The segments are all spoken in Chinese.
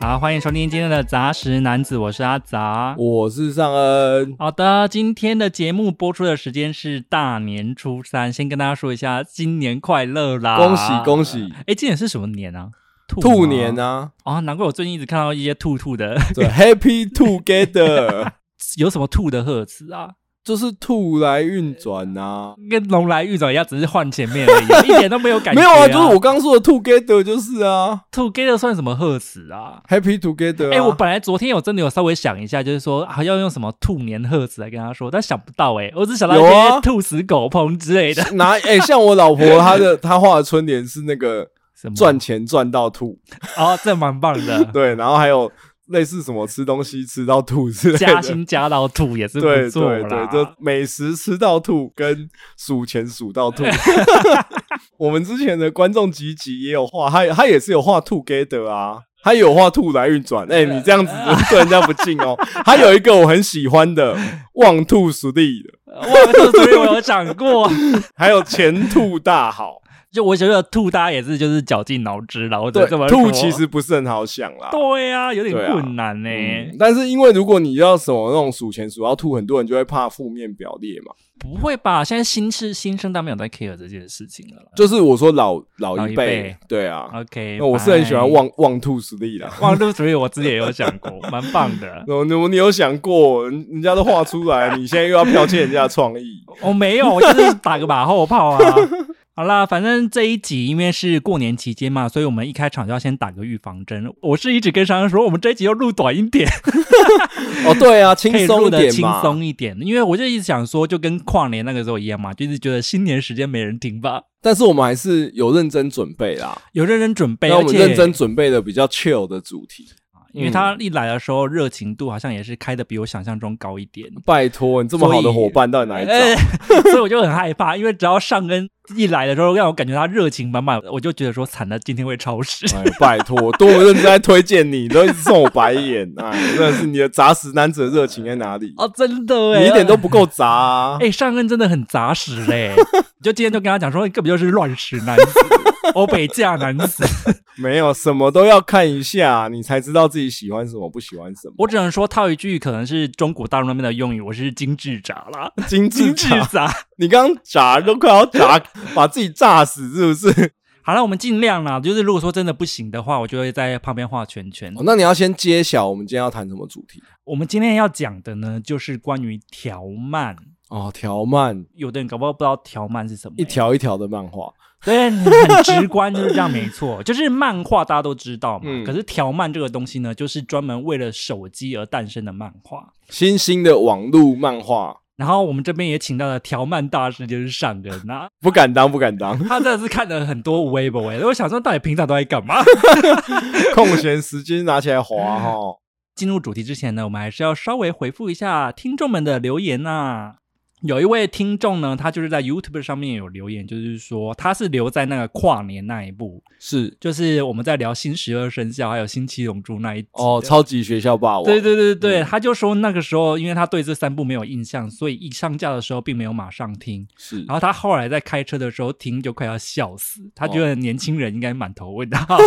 好，欢迎收听今天的杂食男子，我是阿杂。我是尚恩，好的，今天的节目播出的时间是大年初三，先跟大家说一下新年快乐啦！恭喜恭喜，哎，今年是什么年啊？兔兔年啊！ 啊，哦，难怪我最近一直看到一些兔兔的， 对，Happy Together，有什么兔的贺词啊？就是兔来运转啊。跟龙来玉转一样，只是换前面而已，一点都没有感觉、 没有啊，啊，就是我刚说的 Together 就是啊兔 gay 的算什么贺词啊？ ，Happy Together 啊。哎、我本来昨天有真的有稍微想一下，就是说啊要用什么兔年贺词来跟他说，但想不到哎、我只想到一有啊些兔死狗烹之类的， 拿哎、像我老婆她的 她画的春联是那个什么赚钱赚到吐，，哦，这蛮棒的 对，然后还有类似什么吃东西吃到吐之类加的。薪加到吐也是对不错对啦。对，就美食吃到吐跟数钱数到 吐。 我们之前的观众集集也有画，他他也是有画吐 gay 的啊，他有画吐来运转。哎、你这样子对人家不敬哦。还有一个我很喜欢的望吐实地的，我这昨天我有讲 过，还有前吐大 好。就我觉得吐大家也是就是绞尽脑汁啦，我只对能这，么说吐其实不是很好想啦。对啊，有点对啊困难欸呢、嗯但是因为如果你要什么那种数钱数到吐，很多人就会怕负面表列嘛。不会吧？现在新是新生代没有在 care 这件事情了啦。就是我说老老老一一辈辈，对啊， OK，那我是很喜欢拜 望望吐实力啦。 忘路主义，我之前也有想过，蛮棒的。我你你有想过，人人家都画出来，你现在又要剽窃人家的创意？我、哦没有，我就是打个马后炮啊。好啦，反正这一集因为是过年期间嘛，所以我们一开场就要先打个预防针。我是一直跟商人说，我们这一集要录短一点， 哦，对啊，可以轻松录一的点轻嘛。松一点，因为我就一直想说，就跟跨年那个时候一样嘛，就是觉得新年时间没人听吧，但是我们还是有认真准备啦，有认真准备，那我而们且认真嗯准备的比较 chill 的主题。因为他一来的时候热情度好像也是开的比我想象中高一点。拜托，你这么好所的以伙伴到底哪里哎 找？所以我就很害怕，因为只要上恩一来的时候，让我感觉他热情满满，我就觉得说惨了，今天会超时。哎，拜托，多么认真在推荐你，你都一直送我白眼，哎，真的是你的杂食男子的热情在哪 里？哦，真的哎，你一点都不够杂、啊。哎、上恩真的很杂食嘞。你就今天就跟他讲说，你根本就是乱食男子，欧北架男子。没有什么都要看一下，你才知道自己喜欢什么，不喜欢什么。我只能说套一句，可能是中国大陆那边的用语，我是精致渣 啦，精致精致炸，渣。你刚刚炸都快要炸，把自己炸死是不是？ 好了，我们尽量啦。就是如果说真的不行的话，我就会在旁边画圈圈。哦那你要先揭晓我们今天要谈什么主题我们今天要讲的呢，就是关于条漫。哦，条漫有的人搞不好不知道条漫是什么、一条一条的漫画， 对，你很直观就是这样，没错，就是漫画大家都知道嘛。嗯可是条漫这个东西呢，就是专门为了手机而诞生的漫画。新兴的网络漫画，然后我们这边也请到了条漫大师，就是上人啊，不敢当，不敢 当。他真的是看了很多微博哎，我想说到底平常都在干嘛？ 空闲时间拿起来滑 哈。进入主题之前呢，我们还是要稍微回复一下听众们的留言呐、有一位听众呢，他就是在 YouTube 上面有留言，就是说他是留在那个跨年那一部，是就是我们在聊新十二生肖还有新七龙珠那一集哦，的超级学校霸王。对对对对，嗯他就说那个时候，因为他对这三部没有印象，所以一上架的时候并没有马上听。是然后他后来在开车的时候听，就快要笑死。他觉得年轻人应该满头问哦 号，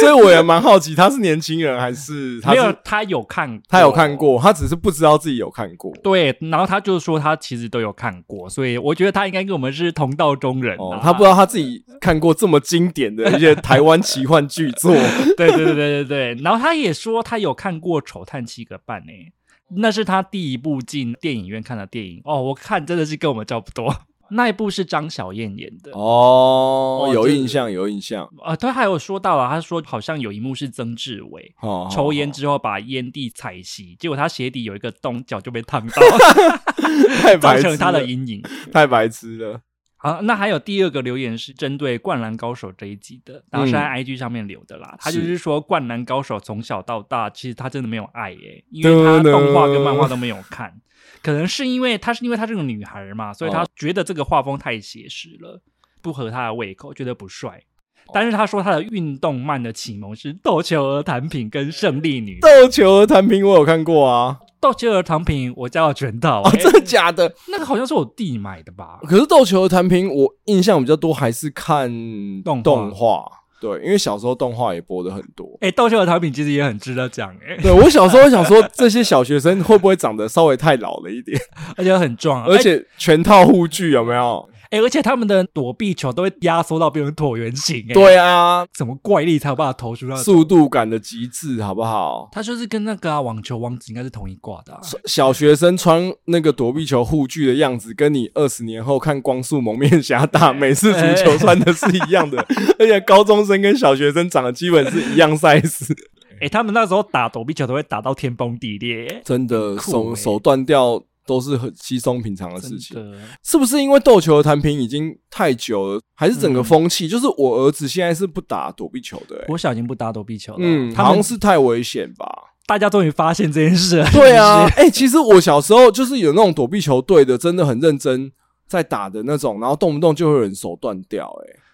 所以我也蛮好奇，他是年轻人还是他没有是他有看，他有看。过，他只是不知道自己有看过。对，然后他就说他其实都有看过，所以我觉得他应该跟我们是同道中人、啊哦，他不知道他自己看过这么经典的一些台湾奇幻巨作， 对对对对对对，然后他也说他有看过《丑探七个半》诶，那是他第一部进电影院看的电影哦。我看真的是跟我们差不多，那一部是张小燕演的。 哦哦，有这印象，有印象。呃，他还有说到了，他说好像有一幕是曾志伟哦，抽哦烟之后把烟蒂踩熄，结果他鞋底有一个洞，脚就被烫到， 太造 白痴成他的了，阴影。太白痴了。好，那还有第二个留言是针对《灌篮高手》这一集的，然后是在嗯 IG 上面留的啦。他是就是说，《灌篮高手》从小到大，其实他真的没有爱耶、因为他动画跟漫画都没有看，可能是因为他是因为他这个女孩嘛，所以他哦觉得这个画风太写实了，不合他的胃口，觉得不帅。哦但是他说他的运动漫的启蒙是《斗球儿弹品》跟《胜利女》，《斗球和弹屏我有看过啊，斗球儿弹品》我家有全套、哦，欸， 真的假的？那个好像是我弟买的吧？可是斗球和弹屏我印象比较多，还是看动画动画。对，因为小时候动画也播的很多。哎、豆秀的产品其实也很值得讲哎、 对我小时候想说，这些小学生会不会长得稍微太老了一点？而且很壮、啊，而且全套护具有没有？哎、而且他们的躲避球都会压缩到变成椭圆形哎、，对啊，什么怪力才有办法投出那个速度感的极致，好不好？他就是跟那个、啊、网球王子应该是同一挂的、啊，小学生穿那个躲避球护具的样子，跟你二十年后看《光速蒙面侠》哎打美式足球穿的是一样的， 而且高中生跟小学生长得基本是一样 size，哎、他们那时候打躲避球都会打到天崩地裂，真的酷欸手手断掉都是很稀松平常的事情。真的是不是因为斗球的弹平已经太久了，还是整嗯个风气？就是我儿子现在是不打躲避球的、欸，国小已经不打躲避球了，嗯，他好们像是太危险吧。大家终于发现这件事了，对啊，哎、其实我小时候就是有那种躲避球队的，真的很认真在打的那种，然后动不动就会有人手断掉、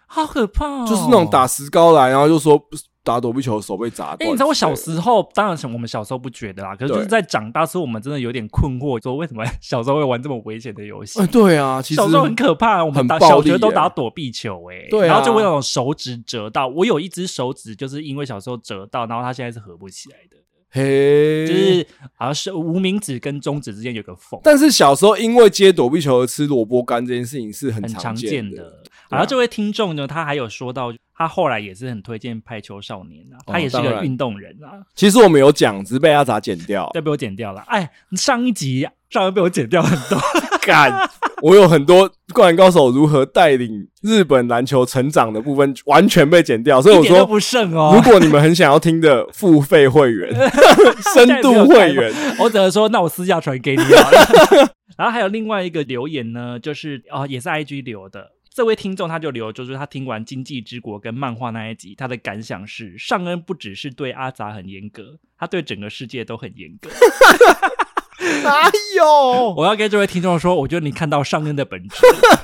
好可怕、哦，哎，就是那种打石膏来，然后就说打躲避球手被砸断之哎、类的。你知道我小时候，当然是我们小时候不觉得啦，可是就是对在长大之后，我们真的有点困惑，说为什么 小时候会玩这么危险的游戏哎、？对啊，其实小时候很可怕，我们打很暴小力学都耶打躲避球、欸，对啊然后就会那种手指折到。我有一只手指就是因为小时候折到，然后它现在是合不起来的，嘿，就是好像是无名指跟中指之间有个缝，但是小时候因为接躲避球而吃萝卜干这件事情是很很常常见的。的。然后这位听众呢，他还有说到，他后来也是很推荐排球少年啊，他哦也是当个然运动人啊。其实我们有讲，只是被阿杂剪掉。再被我剪掉了。哎，上一集上一被我剪掉很多，干，我有很多《灌篮高手》如何带领日本篮球成长的部分完全被剪掉，所以一我点都说不剩如哦。果你们很想要听的，付费 会员、深度会员，我只能说，那我私下传给你好了。然后还有另外一个留言呢，就是啊、哦也是 IG 留的。这位听众他就留，就是他听完《经济之国》跟漫画那一集，他的感想是：上恩不只是对阿杂很严格，他对整个世界都很严格。哪有？我要跟这位听众说，我觉得你看到上恩的本质，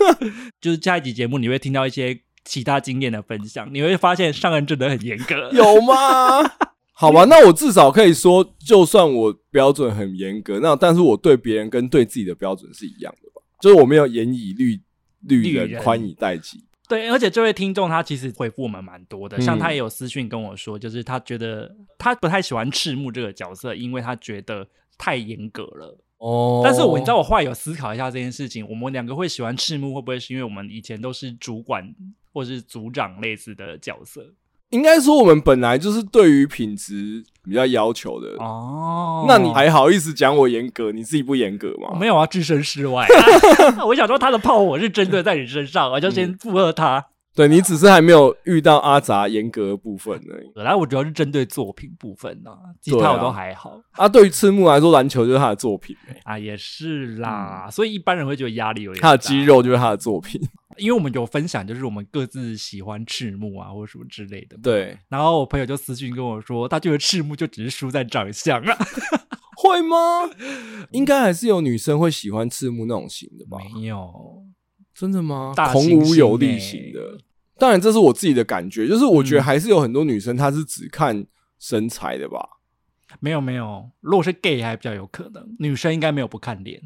就是下一集节目你会听到一些其他经验的分享，你会发现上恩真的很严格。 有吗？好吧，那我至少可以说，就算我标准很严格，那但是我对别人跟对自己的标准是一样的吧？就是我没有严以律律律人，人宽以待己。对，而且这位听众他其实回复我们蛮多的，像嗯他也有私讯跟我说，就是他觉得他不太喜欢赤木这个角色，因为他觉得太严格了。哦但是我你知道，我后来有思考一下这件事情，我们两个会喜欢赤木，会不会是因为我们以前都是主管或是组长类似的角色？应该说我们本来就是对于品质比较要求的。哦，那你还好意思讲我严格？你自己不严格吗？没有啊，置身事 外。我想说他的炮火是针对在你身上，我就先附和他。对你只是还没有遇到阿杂严格的部分而已。本来我主要是针对作品部分呢、啊，其对他我啊都还好。 啊，对于赤木来说，篮球就是他的作品、欸，啊，也是啦，所以一般人会觉得压力有点他大。的嗯肌，肉就是他的作 品。因为我们有分享，就是我们各自喜欢赤木啊，或者什么之类的。，对，然后我朋友就私信跟我说，他觉得赤木就只是输在长相啊，会 吗？应该还是有女生会喜欢赤木那种型的吧？ 没有，真的吗？大孔猩武猩欸有力型的。当然，这是我自己的感觉，就是我觉得嗯还是有很多女生她是只看身材的吧？没有，没有。如果是 gay 还比较有可能，女生应该没有不看脸。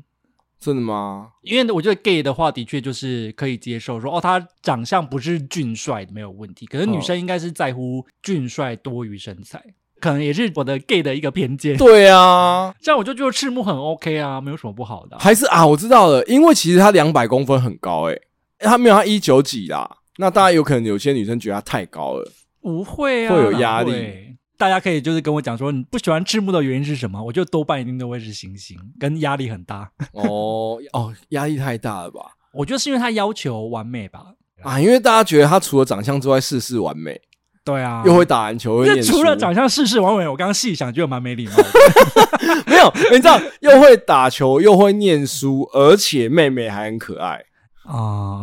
真 的吗？因为我觉得 gay 的话，的确就是可以接受说，哦，他长相不是俊帅没有问题，可是女嗯生应该是在乎俊帅多于身材，可能也是我的 gay 的一个偏见。 对啊，这样我就觉得赤木很 OK 啊，没有什么不好的啊、还是啊，我知道了，因为其实她两百公分很高、欸，她没有她一九几啦。那大家有可能有些女生觉得她太高 了，不会啊，会有压哪会力。大家可以就是跟我讲说，你不喜欢赤木的原因是什么？我觉得多半一定都会是行星跟压力很 大。哦哦，压力太大了吧？我觉得是因为他要求完美吧。啊，因为大家觉得她除了长相之外，事事完美，对啊，又会打篮球，又会这念书除了长相事事完美，我刚刚细想觉得蛮没礼貌 的。没有，你知道，又会打球，又会念书，而且妹妹还很可爱，哦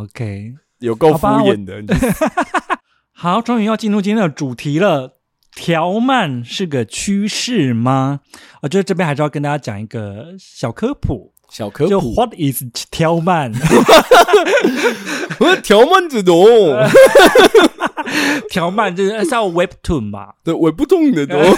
啊、o k 有够好敷吧我衍的。 你好，终于要进入今天的主题了。条漫是个趋势吗？我觉得这边还是要跟大家讲一个小科普，小科就普， What is 条 漫？我是条漫子哦懂，呃条漫就是像 Webtoon 嘛，对，我不懂的懂。呃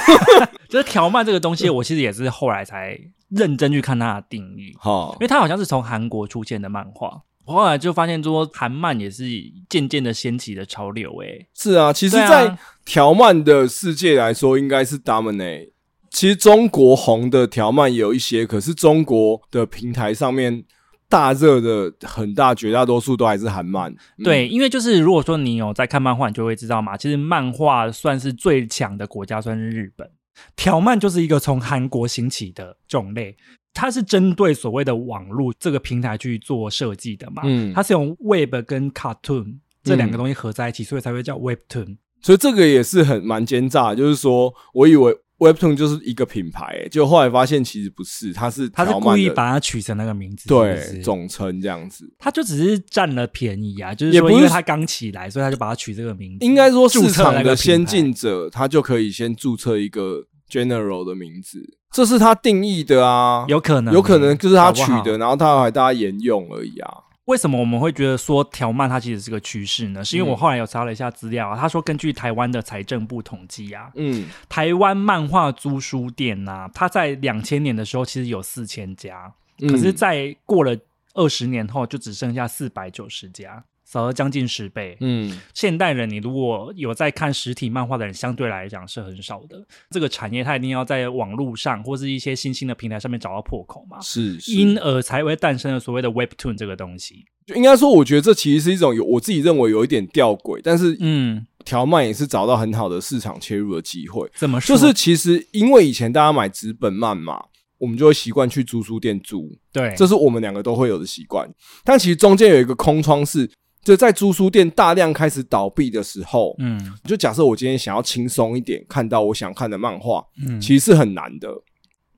就是条漫这个东西，我其实也是后来才认真去看它的定义，好因为它好像是从韩国出现的漫画，我后来就发现说，韩漫也是渐渐的掀起了潮流、欸，是啊，其实，对啊在条漫的世界来说，应该是 dominate。其实中国红的条漫也有一些，可是中国的平台上面大热的很大，绝大多数都还是韩漫。嗯对，因为就是如果说你有在看漫画，你就会知道嘛，其实漫画算是最强的国家，算是日本。条漫就是一个从韩国兴起的种类，它是针对所谓的网络这个平台去做设计的嘛，嗯它是用 Web 跟 Cartoon 这两个东西合在一起，所以才会叫 Webtoon。所以这个也是很蛮奸诈的，就是说我以为 Webtoon 就是一个品牌、欸，就后来发现其实不是，它是它是条漫故意的把它取成那个名字，是不对是总称这样子。它就只是占了便宜啊，就是也说不因为是它刚起来，所以它就把它取这个名字。应该说注市册那场个的品先牌进者，他就可以先注册一个 general 的名字，这是他定义的啊，有可能，有可能就是他取搞不好的，然后他还大家沿用而已啊。为什么我们会觉得说条漫它其实是个趋势呢？是因为我嗯后来有查了一下资料啊，他说根据台湾的财政部统计啊，嗯，台湾漫画租书店呐、啊，它在两千年的时候其实有四千家，嗯可是，在过了二十年后就只剩下四百九十家，少了将近十倍。嗯现代人，你如果有在看实体漫画的人，相对来讲是很少的。这个产业它一定要在网络上或是一些新兴的平台上面找到破口嘛，是是因而才会诞生了所谓的 Webtoon 这个东西。就应该说，我觉得这其实是一种有我自己认为有一点吊诡，但是嗯，条漫也是找到很好的市场切入的机会。怎啊么就说？是其实因为以前大家买纸本漫嘛，我们就会习惯去租书店租，对，这是我们两个都会有的习惯。但其实中间有一个空窗是，就在租书店大量开始倒闭的时候，嗯就假设我今天想要轻松一点看到我想看的漫画，嗯，其实是很难的。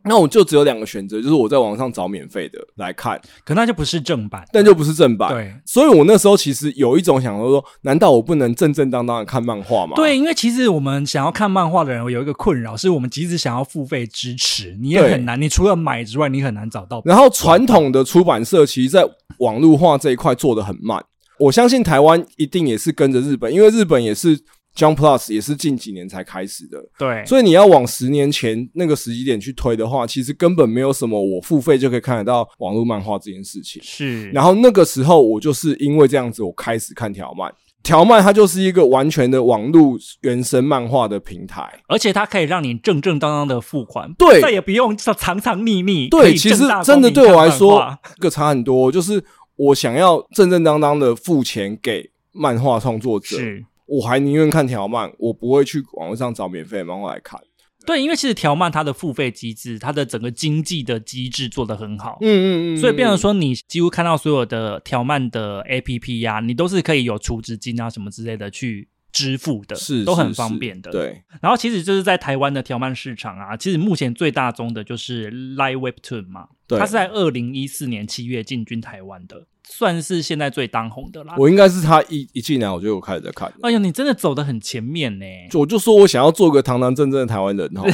那我就只有两个选择，就是我在网上找免费的来看，可那就不是正版。但就不是正版。对所以我那时候其实有一种想说，难道我不能正正当当的看漫画吗？对，因为其实我们想要看漫画的人有一个困扰，是我们即使想要付费支持，你也对很难。你除了买之外，你很难找到。然后传统的出版社其实在网络化这一块做得很慢，我相信台湾一定也是跟着日本，因为日本也是 Jump Plus 也是近几年才开始的，对，所以你要往十年前那个时机点去推的话，其实根本没有什么我付费就可以看得到网络漫画这件事情。是，然后那个时候我就是因为这样子，我开始看条漫。条漫它就是一个完全的网络原生漫画的平台，而且它可以让你正正当当的付款，对再也不用藏藏匿匿。可对，以其实正大光真的明对看我来漫说画，这个差很多。就是我想要正正当当的付钱给漫画创作者，是我还宁愿看条漫，我不会去网络上找免费的漫画来看。对，因为其实条漫它的付费机制，它的整个经济的机制做得很好。嗯嗯嗯，所以变成嗯，说，你几乎看到所有的条漫的 A P P 呀、你都是可以有储值金啊什么之类的去支付的，是都很是方是便的。。对，然后其实就是在台湾的条漫市场啊，其实目前最大宗的就是 Live Webtoon 嘛，对它是在二零一四年七月进军台湾的，算是现在最当红的啦。我应该是他一一进来我就有开始在看了。哎呦，你真的走得很前面呢。就我就说我想要做个堂堂正正的台湾人哦呃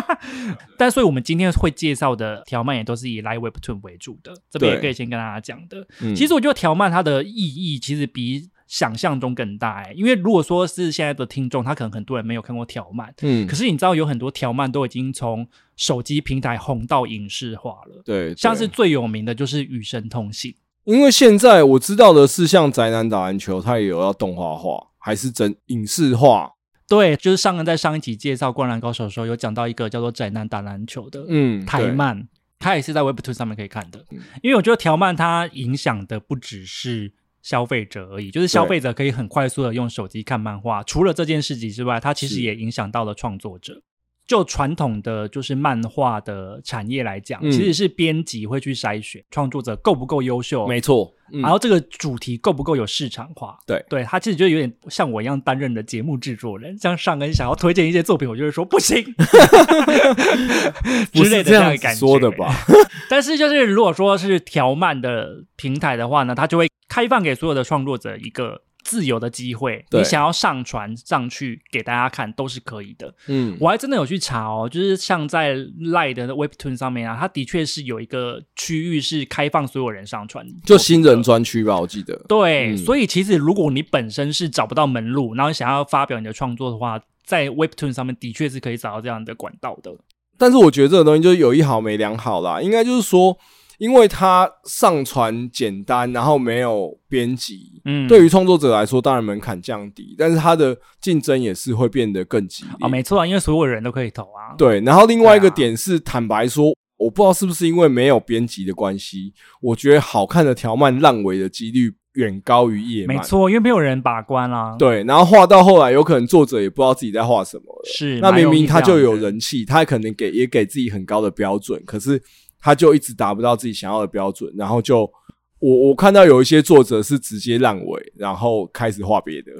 哈，但所以我们今天会介绍的条漫也都是以 Live Webtoon 为主的，这边也对可以先跟大家讲的。嗯其实我觉得条漫它的意义其实比想象中更大、欸，因为如果说是现在的听众，他可能很多人没有看过条漫，嗯可，是你知道有很多条漫都已经从手机平台红到影视化了。对，像是对最有名的就是《与神同行》，因为现在我知道的是，像宅男打篮球，他也有要动画化，还是真影视化，对，就是上个在上一集介绍《灌篮高手》的时候，有讲到一个叫做“宅男打篮球”的嗯，台对，漫，它也是在 Webtoon 上面可以看的嗯。因为我觉得条漫它影响的不只是消费者而已，就是消费者可以很快速的用手机看漫画。除了这件事情之外，它其实是也影响到了创作者。就传统的就是漫画的产业来讲，嗯其实是编辑会去筛选创作者够不够优秀，没错，嗯然后这个主题够不够有市场化？对对，他其实就有点像我一样担任的节目制作人，像上恩想要推荐一些作品，我就会说不行 不之是类的这这样样的感子觉说的吧？ 但是就是如果说是条漫的平台的话呢，它就会开放给所有的创作者一个。自由的机会，对你想要上传上去给大家看都是可以的。嗯，我还真的有去查哦，就是像在 Line 的 Webtoon 上面啊，它的确是有一个区域是开放所有人上传，就新人专区吧，我记得，对，嗯所以其实如果你本身是找不到门路，然后想要发表你的创作的话，在 Webtoon 上面的确是可以找到这样的管道的。但是我觉得这个东西就是有一好没两好啦，应该就是说，因为它上传简单，然后没有编辑，嗯，对于创作者来说，当然门槛降低，但是它的竞争也是会变得更激啊，烈。没错啊，因为所有人都可以投啊。对，然后另外一个对啊点是，坦白说，我不知道是不是因为没有编辑的关系，我觉得好看的条漫烂尾的几率远高于页漫。没错，因为没有人把关啦、啊。，对，然后画到后来，有可能作者也不知道自己在画什么了。是。那蛮明容易明他这就样有的，人气，他可能给也给自己很高的标准，可是他就一直达不到自己想要的标准，然后就我我看到有一些作者是直接烂尾，然后开始画别的。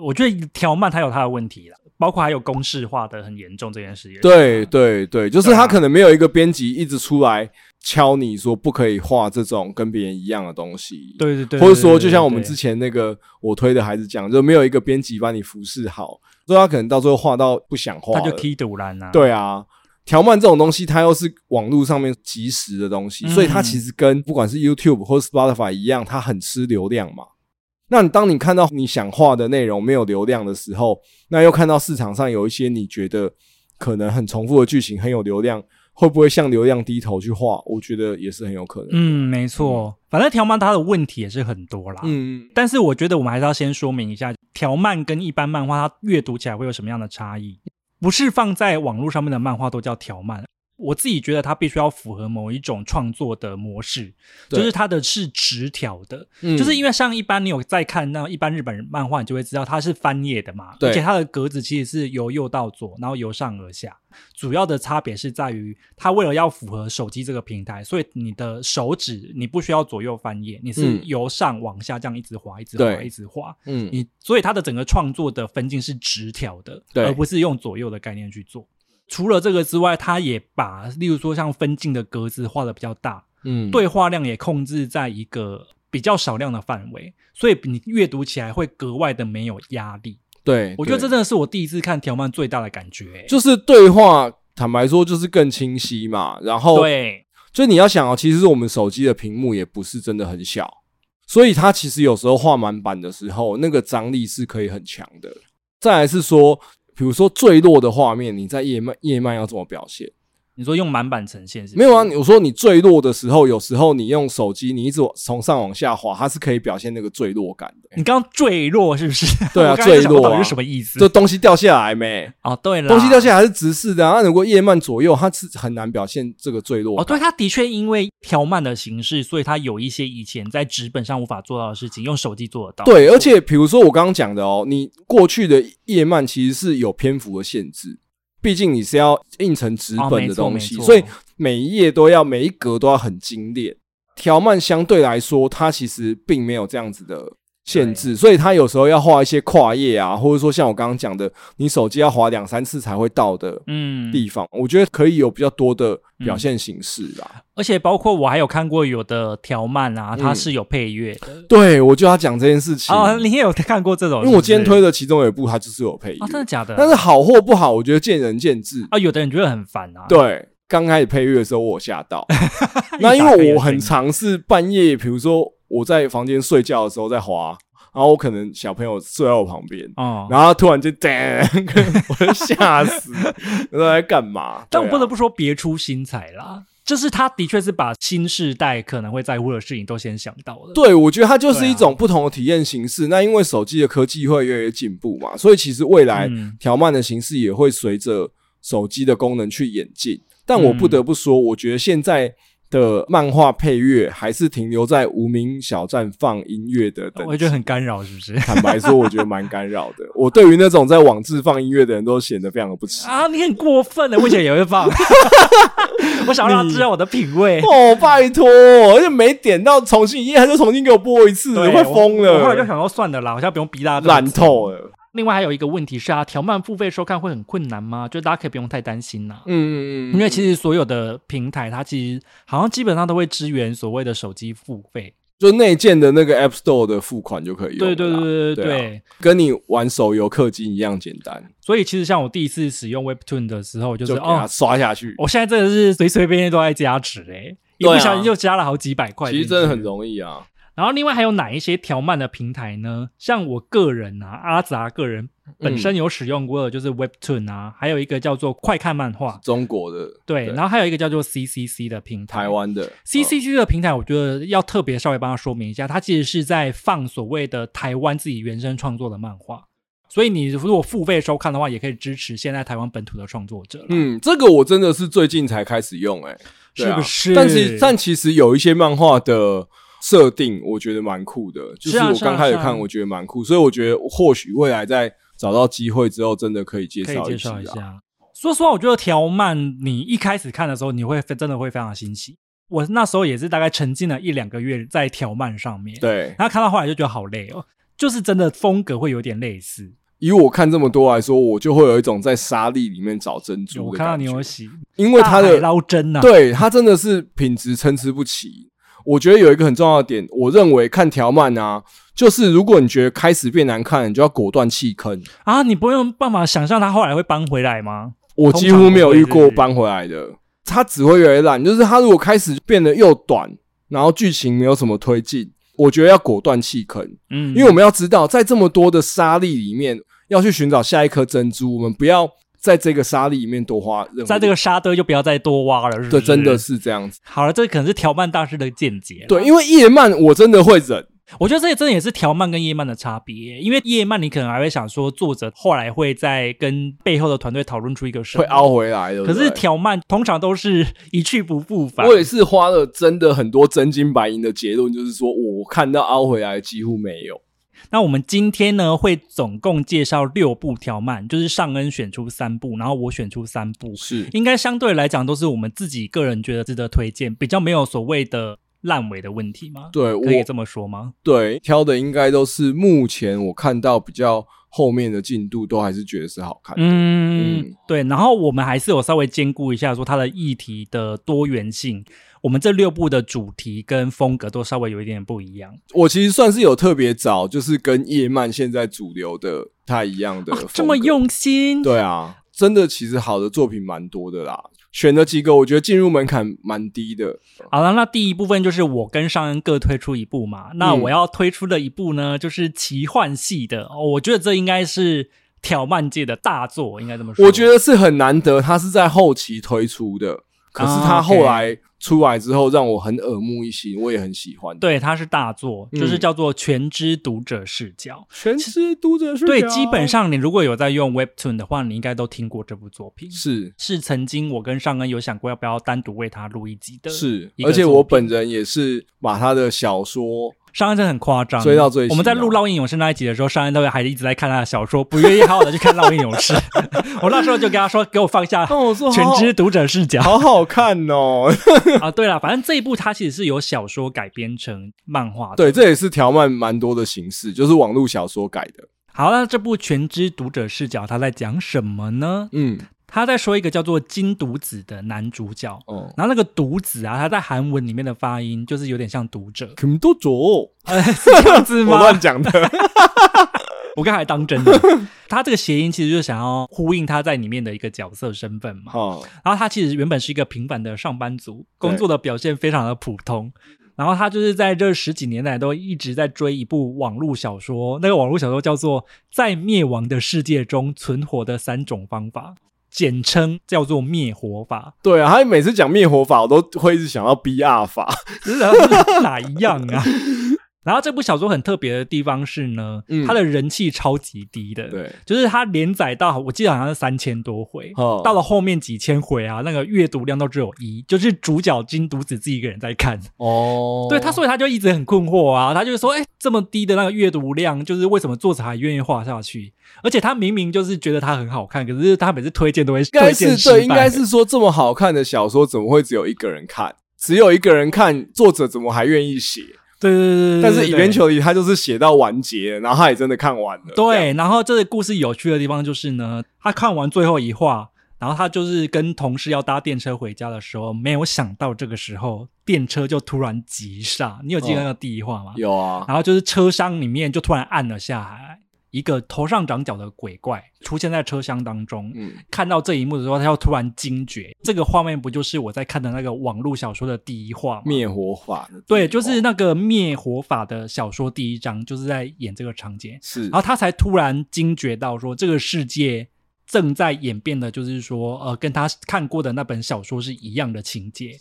我觉得条漫它有它的问题啦，包括还有公式化的很严重这件事也是。对对对，就是对啊他可能没有一个编辑一直出来敲你说不可以画这种跟别人一样的东西。。对对对，或者说，就像我们之前前那个我推的孩子讲，就没有一个编辑把你服侍好，所以他可能到最后画到不想画他了，就踢赌烂啊。对啊，条漫这种东西，它又是网络上面即时的东西，嗯所以它其实跟不管是 YouTube 或是 Spotify 一样，它很吃流量嘛。那你当你看到你想画的内容没有流量的时候，那又看到市场上有一些你觉得可能很重复的剧情很有流量，会不会向流量低头去画？我觉得也是很有可能。嗯，没错，反正条漫它的问题也是很多啦。嗯，但是我觉得我们还是要先说明一下，条漫跟一般漫画它阅读起来会有什么样的差异。不是放在网络上面的漫画都叫条漫，我自己觉得它必须要符合某一种创作的模式，对就是它的是直条的，嗯就是因为像一般你有在看那一般日本漫画，你就会知道它是翻页的嘛，对而且它的格子其实是由右到左，然后由上而下。主要的差别是在于，它为了要符合手机这个平台，所以你的手指你不需要左右翻页，你是嗯由上往下这样一直滑，一直滑，对一直滑。嗯你所以它的整个创作的分镜是直条的，对而不是用左右的概念去做。除了这个之外，它也把例如说像分镜的格子画的比较大，嗯，对话量也控制在一个比较少量的范围，所以你阅读起来会格外的没有压力。对，我觉得这对真的是我第一次看条漫最大的感觉、欸就是对话，坦白说就是更清晰嘛。然后对，就你要想哦，其实我们手机的屏幕也不是真的很小，所以它其实有时候画满版的时候，那个张力是可以很强的。再来是说，比如说坠落的画面，你在夜漫夜漫要怎么表现？你说用满版呈现是不是没有啊，我说你坠落的时候，有时候你用手机，你一直往从上往下滑，它是可以表现那个坠落感的。你刚刚坠落是不是？ 对啊我刚才就想坠说落啊到底是什么意思这？东西掉下来没？哦，对了，东西掉下来是直视的、啊，那如果夜漫左右，它是很难表现这个坠落哦，感。对，它的确因为条漫的形式，所以它有一些以前在纸本上无法做到的事情，用手机做得到。哦对，而且比如说我刚刚讲的哦，你过去的页漫其实是有篇幅的限制，毕竟你是要印成纸哦，本没的错东没西，错所以每一页都要每一格都要很精炼。条漫相对来说，它其实并没有这样子的限制，所以它有时候要画一些跨页啊，或者说像我刚刚讲的，你手机要滑两三次才会到的嗯，地方，我觉得可以有比较多的表现形式啦。而且包括我还有看过有的条漫啊，它嗯是有配乐的。对，我就要讲这件事情，哦，你也有看过这种？因为我今天是不是推的其中有一部，它就是有配乐啊，真的假的？但是好或不好，我觉得见仁见智。啊，有的人觉得很烦啊。，对，刚开始配乐的时候我有吓 到，那因为我很尝试半夜，比如说我在房间睡觉的时候在滑，然后我可能小朋友睡在我旁边，哦。然后他突 然间，我就 吓死，我说在干嘛？啊但我不得不不说，别出心裁啊啦，就是他的确是把新时代可能会在乎的事情都先想到了。对，我觉得它就是对啊一种不同的体验形式。那因为手机的科技会越来越进步嘛，所以其实未来嗯条漫的形式也会随着手机的功能去演进。但嗯我不得不说，我觉得现在的漫画配乐还是停留在无名小站放音乐的等我级。觉得很干扰，是不 是？坦白说，我觉得蛮干扰的。我对于那种在网志放音乐的人都显得非常的不耻。啊，你很过分欸的，我以前也会放， 我想让他知道我的品味。哦，拜托！而且每点到重新一页，他就重新给我播一次，对会疯我我后来就了，想说，算了啦，好像不用逼大家。烂透。了。另外还有一个问题是啊，条漫付费收看会很困难吗？就大家可以不用太担心啦、嗯嗯嗯，因为其实实所有的平台，它其实好像基本上都会支援所谓的手机付费。就内建的那个 App Store 的付款就可以用对了啦，对对对对对啊对。跟你玩手游氪金一样简单，所以其实像我第一次使用 Webtoon 的时候，就是就给它哦，刷下去。我现在真的是随随便便都在加值哎、一对啊不小心就加了好几百块，其实真的很容易啊。易。然后另外还有哪一些条漫的平台呢？像我个人啊，阿杂个人嗯本身有使用过的就是 Webtoon 啊，还有一个叫做快看漫画，中国的对，对然后还有一个叫做 CCC 的平台。台湾的啊哦 CCC 的平台，我觉得要特别稍微帮他说明一下，它其实是在放所谓的台湾自己原生创作的漫画，所以你如果付费收看的话，也可以支持现在台湾本土的创作者啦。嗯，这个我真的是最近才开始用、欸，哎，是不是？但是但其实有一些漫画的设定，我觉得蛮酷的，就是是啊我是啊刚开始是啊看，我觉得蛮酷，所以我觉得或许未来在找到机会之后，真的可以介可以绍介集绍一啊。下。说实话，我觉得条漫你一开始看的时候，你会非真的会非常欣喜。我那时候也是大概沉浸了一两个月在条漫上面，，对，然后看到后来就觉得好累哦，就是真的风格会有点类似。以我看这么多来说，我就会有一种在沙粒里面找珍珠我的看到感你觉，有洗，因因为它的捞针呐、啊，对它真的是品质参差不齐。我觉得有一个很重要的点，我认为看条漫啊，就是如果你觉得开始变难看，你就要果断弃坑。啊，你不用办法想象它后来会搬回来吗？我通几常乎不没有会遇是过搬回来的，它只会越来越烂。就是它如果开始变得又短，然后剧情没有什么推进，我觉得要果断弃坑，嗯，因为我们要知道，在这么多的沙粒里面，要去寻找下一颗珍珠，我们不要在这个沙粒里面多花任何。在这个沙堆就不要再多挖了，是不对，是？真的是这样子。好了，这可能是啊条漫大师的见解。，对，因为夜漫我真的会忍，我觉得这也真的也是条漫跟叶漫的差别，因为叶漫你可能还会想说，作者后来会再跟背后的团队讨论出一个什会么，凹回来的。可是对不对条漫通常都是一去不复返。我也是花了真的很多真金白银的结论，就是说我看到凹回来几乎没有。那我们今天呢，会总共介绍六部条漫，就是上恩选出三部，然后我选出三部，是应该相对来讲都是我们自己个人觉得值得推荐，比较没有所谓的烂尾的问题吗？对，我可以这么说吗？对，挑的应该都是目前我看到比较后面的进度，都还是觉得是好看的。嗯嗯，对。然后我们还是有稍微兼顾一下，说它的议题的多元性。我们这六部的主题跟风格都稍微有一点点不一样，我其实算是有特别找，就是跟叶漫现在主流的不太一样的、啊这么。用心。对啊，真的，其实好的作品蛮多的啦。选了几个，我觉得进入门槛蛮低的。好了，那第一部分就是我跟尚恩各推出一部嘛。那嗯我要推出的一部呢，就是奇幻系的。哦，我觉得这应该是挑漫界的大作，应该这么说。我觉得是很难得，它是在后期推出的，可是它啊，OK 后来出来之后，让我很耳目一新，我也很喜欢。，对，它是大作，就是嗯叫做《全知读者视角》。全是哦读者是对，基本上你如果有在用 Webtoon 的话，你应该都听过这部作品。是是曾经我跟尚恩有想过要不要单独为他录一集的，是，一个而且作我品本人也是把他的小 说，尚恩真的很夸张，追到最新啊我们在录《烙印勇士》那一集的时候，尚恩都还一直在看他的小说，不愿意好好的去看《烙印勇士》。 我那时候就跟他说：“给我放下我说全知读者视角哦 好好看哦。啊！”对了，反正这一部它其实是由小说改编成漫画的。 对，这也是条漫蛮多的形式，就是网络小说改的。好，那这部《全知读者视角》它在讲什么呢？ 嗯，他在说一个叫做金独子的男主角，哦，，然后那个独子啊，他在韩文里面的发音就是有点像读者 很多左，呃、是这样子我吗？乱 讲的。我刚才当真的。 他这个谐音其实就是想要呼应他在里面的一个角色身份嘛。哦，然后他其实原本是一个平凡的上班族，工作的表现非常的普通。然后他就是在这十几年来都一直在追一部网络小说，那个网络小说叫做《在灭亡的世界中存活的三种方法》，简称叫做灭活法。 对啊，他每次讲灭火法，我都会一直想到 BR 法。 这是哪一样啊？然后这部小说很特别的地方是呢，嗯它的人气超级低的，对，就是它连载到我记得好像是三千多回，哦到了后面几千回啊，那个阅读量都只有一，就是主角金独子自己一个人在看。哦对他，所以他就一直很困惑啊，他就说：“哎、这么低的那个阅读量，就是为什么作者还愿意画下去？而且他明明就是觉得它很好看，可是他每次推荐都会应该推是荐对，失应败该。是说这么好看的小说，怎么会只有一个人看？只有一个人看，作者怎么还愿意写？对”对对对对对但是对以边球里他就是写到完结了，然后他也真的看完了。这样对，然后这个故事有趣的地方就是呢，他看完最后一话，然后他就是跟同事要搭电车回家的时候，没有想到这个时候电车就突然哦急刹，你有记得那个第一话吗？。有啊，然后就是车厢里面就突然暗了下来，一个头上长角的鬼怪出现在车厢当中。嗯，看到这一幕的时候，他又突然惊觉，这个画面不就是我在看的那个网络小说的第一话吗？灭火法的地方对，就是那个灭火法的小说第一章，就是在演这个场景。是然后他才突然惊觉到说，这个世界正在演变的，就是说，呃，跟他看过的那本小说是一样的情节。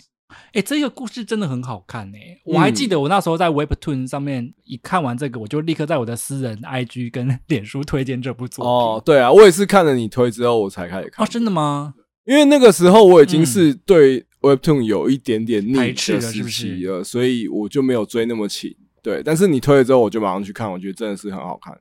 哎，这个故事真的很好看哎、我还记得我那时候在 Webtoon 上面一看完这个，我就立刻在我的私人 IG 跟 脸书推荐这部作品。哦，对啊，我也是看了你推之后我才开始看哦，，真的吗？因为那个时候我已经是对 Webtoon 有一点点腻嗯排的斥了是时不是期了，所以我就没有追那么勤。对，但是你推了之后，我就马上去看，我觉得真的是很好看。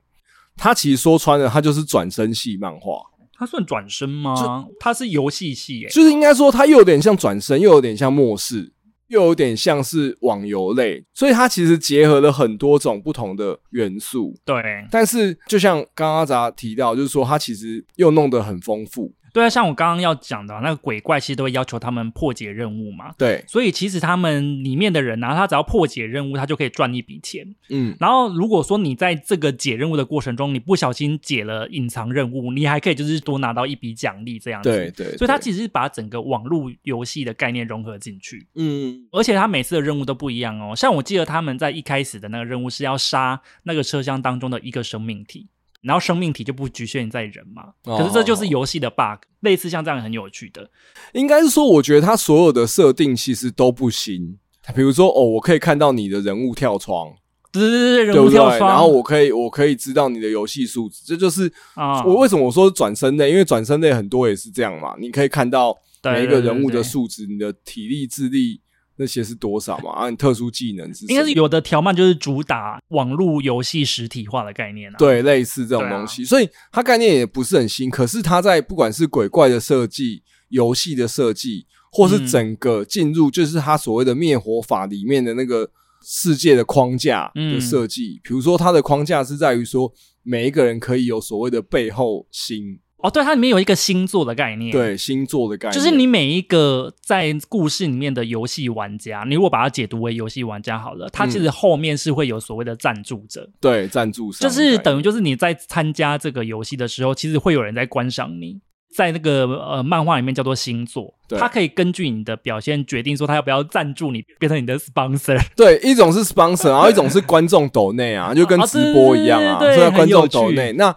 它其实说穿了，它就是转身系漫画，它算转身吗？它是游戏系哎、就是应该说它又有点像转身，又有点像末世，又有点像是网游类，所以它其实结合了很多种不同的元素。对但是就像刚刚咱提到，就是说它其实又弄得很丰富。对啊，像我刚刚要讲的那个鬼怪，其实都会要求他们破解任务嘛。对，所以其实他们里面的人呢、啊他只要破解任务，他就可以赚一笔钱。嗯，然后如果说你在这个解任务的过程中，你不小心解了隐藏任务，你还可以就是多拿到一笔奖励这样子。对，对，所以他实其实是把整个网络游戏的概念融合进去。嗯而且他每次的任务都不一样哦，像我记得他们在一开始的那个任务是要杀那个车厢当中的一个生命体，然后生命体就不局限在人嘛。哦可是这就是游戏的 bug，类似像这样很有趣的。应该是说，我觉得它所有的设定其实都不新。比如说，哦，我可以看到你的人物跳窗，对对对，对人不物对？跳窗，然后我可以，我可以知道你的游戏数值，这就是、啊，我为什么我说转身类，因为转身类很多也是这样嘛，你可以看到每一个人物的数值，你的体力、智力那些是多少嘛，啊，你特殊技能是什么应该是有的条漫就是主打网络游戏实体化的概念啊。对，类似这种对啊东西，所以它概念也不是很新。可是它在不管是鬼怪的设计、游戏的设计，或是嗯整个进入就是它所谓的灭火法里面的那个世界的框架的嗯设计，比如说它的框架是在于说每一个人可以有所谓的背后星，哦，对，它里面有一个星座的概念，，对星座的概念，嗯就是你每一个在故事里面的游戏玩家，你如果把它解读为游戏玩家好了，它其实后面是会有所谓的赞助者，对赞助商就嗯的概念，是等于就是你在参加这个游戏的时候，其实会有人在观赏你。在那个呃漫画里面叫做星座，对它可以根据你的表现决定说他要不要赞助你，变成你的 sponsor。对，一种是 sponsor，然后一种是观众抖内啊，就跟啊直播一样啊，对对对所以很观众有趣抖内。那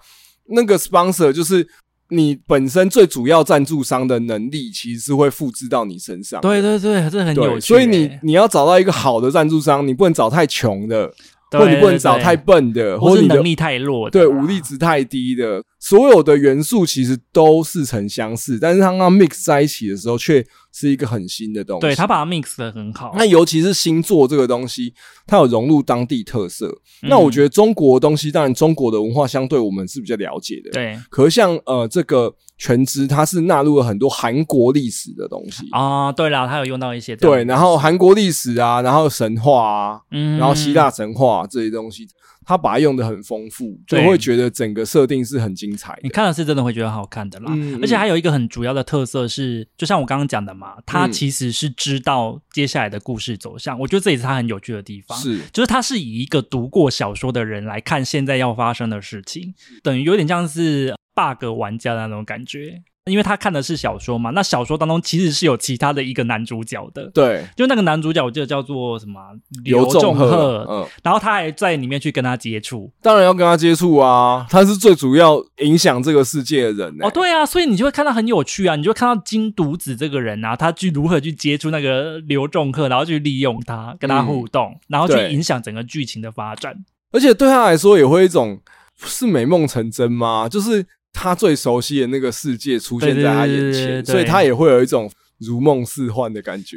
那个 sponsor 就是你本身最主要赞助商的能力，其实是会复制到你身上。对对对，这很对有趣所欸、以你你要找到一个好的赞助商，你不能找太穷的，对或你不能找对对太笨的，或或是你的能力太弱的啦，对武力值太低的，所有的元素其实都似曾相识，但是它刚 mix 在一起的时候，却是一个很新的东西。对他把它 mix 的很好。那尤其是星座这个东西，它有融入当地特色。嗯那我觉得中国的东西，当然中国的文化相对我们是比较了解的。，对可是像呃这个全职，它是纳入了很多韩国历史的东西。啊，对啦，他有用到一些这样对，然后韩国历史啊，然后神话啊，嗯，然后希腊神话、啊、这些东西，它把它用的很丰富，就对会觉得整个设定是很精彩你的。看了是真的会觉得好看的啦。嗯而且还有一个很主要的特色是，就像我刚刚讲的嘛，他嗯其实是知道接下来的故事走向，我觉得这也是他很有趣的地方。是，就是他是以一个读过小说的人来看现在要发生的事情，等于有点像是 bug 玩家的那种感觉，因为他看的是小说嘛。那小说当中其实是有其他的一个男主角的，对，就那个男主角我记得叫做什么啊刘仲仲赫，嗯，然后他还在里面去跟他接触。当然要跟他接触啊，他是最主要影响这个世界的人、欸。哦，对啊，所以你就会看到很有趣啊，你就会看到金独子这个人啊，他去如何去接触那个刘仲克，然后去利用他，跟他互动，嗯然后去对影响整个剧情的发展。而且对他来说也会一种是美梦成真吗？就是他最熟悉的那个世界出现在他眼对对对对前，对对所以他也会有一种如梦似幻的感觉。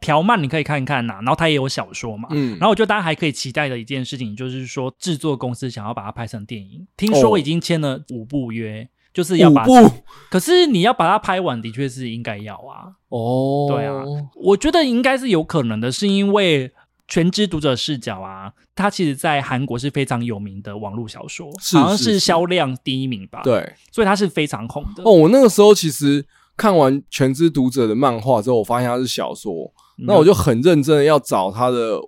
条漫你可以看看呐、然后他也有小说嘛。嗯啊然后我觉得大家还可以期待的一件事情，就是说制作公司想要把它拍成电影，听说哦已经签了五部约，就是要把。五部可是你要把它拍完，的确是应该要啊。哦，对啊，我觉得应该是有可能的，是因为《全知读者视角》啊，它其实在韩国是非常有名的网络小说，是好像是是是销量第一名吧。，对所以它是非常红的。哦，我那个时候其实看完《全知读者》的漫画之后，我发现它是小说，嗯，那我就很认真的要找他的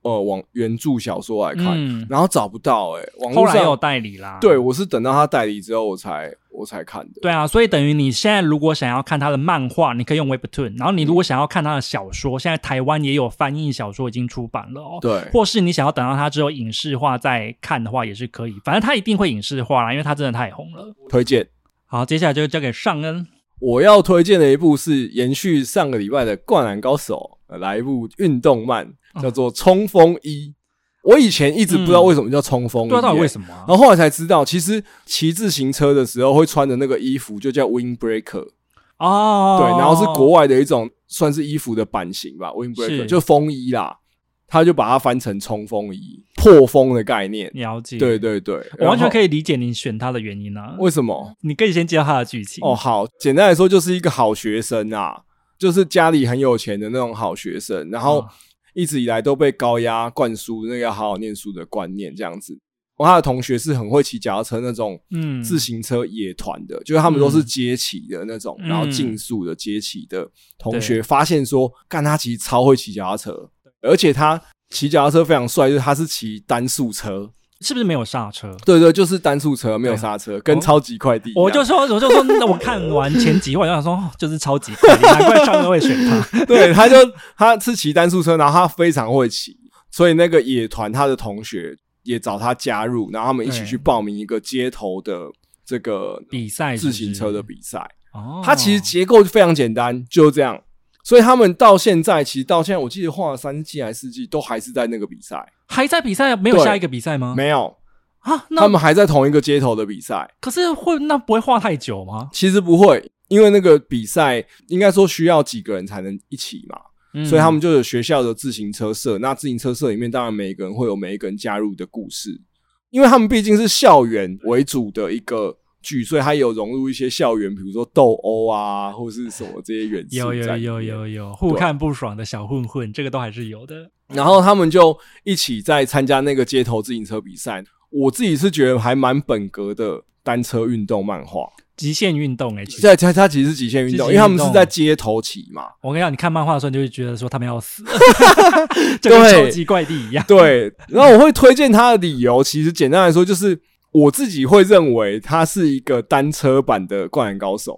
呃网原著小说来看，嗯，然后找不到哎、网后络来有上代理啦，对我是等到他代理之后我才我才看的。对啊，所以等于你现在如果想要看他的漫画，你可以用 Webtoon；然后你如果想要看他的小说，现在台湾也有翻译小说已经出版了哦。对或是你想要等到它之后影视化再看的话，也是可以。反正它一定会影视化啦，因为它真的太红了。推荐好，接下来就交给尚恩。我要推荐的一部是延续上个礼拜的《灌篮高手》，呃来一部运动漫哦叫做《冲锋衣》。我以前一直不知道为什么叫冲锋衣、不知道到底为么。什么、啊然？后后来才知道，其实骑自行车的时候会穿的那个衣服就叫 windbreaker，、哦，对，然后是国外的一种算是衣服的版型吧，windbreaker 是就风衣啦，他就把它翻成冲锋衣，破风的概念。了解，对，对对，嗯我完全可以。以理解你选它的原因啊。为什么？你可以先介绍它的剧情哦，，好，简单来说就是一个好学生啊，就是家里很有钱的那种好学生，然后哦一直以来都被高压灌输那个要好好念书的观念，这样子。然后他的同学是很会骑脚踏车那种嗯，自行车野团的，就是他们都是街骑的那种，嗯然后竞速的街骑的同对学发现说，干他其实超会骑脚踏车，而且他骑脚踏车非常帅，就是他是骑单速车，是不是没有刹车？对对，就是单速车没有对刹车，跟哦超级快递一样。我就 说，我就说，那我看完前几话，我想说，哦 就是超级快，难怪尚恩会选 它。对，他就他是骑单速车，然后他非常会骑，所以那个野团他的同学也找他加入，然后他们一起对去报名一个街头的这个比赛是自不是行车的比赛。哦，它其实结构非常简单，就这样。所以他们到现在，其实到现在，我记得画了三季还是四季，都还是在那个比赛，还在比赛，没有对下一个比赛吗？没有，啊，那他们还在同一个街头的比赛。可是会那不会画太久吗？其实不会，因为那个比赛应该说需要几个人才能一起嘛，嗯所以他们就有学校的自行车社。那自行车社里面，当然每一个人会有每一个人加入的故事，因为他们毕竟是校园为主的一个剧，所以它有融入一些校园，比如说斗殴啊，或是什么这些元素。有有有有。有互看不爽的小混混，这个都还是有的。然后他们就一起在参加那个街头自行车比赛。我自己是觉得还蛮本格的单车运动漫画，极限运动哎、其实在它它其实是极限运极限动，因为他们运是动在街头骑嘛。我跟你讲，你看漫画的时候，你就会觉得说他们要 死，就跟对超级怪地一样。 对，然后我会推荐它的理由，其实简单来说就是我自己会认为它是一个单车版的《灌篮高手》。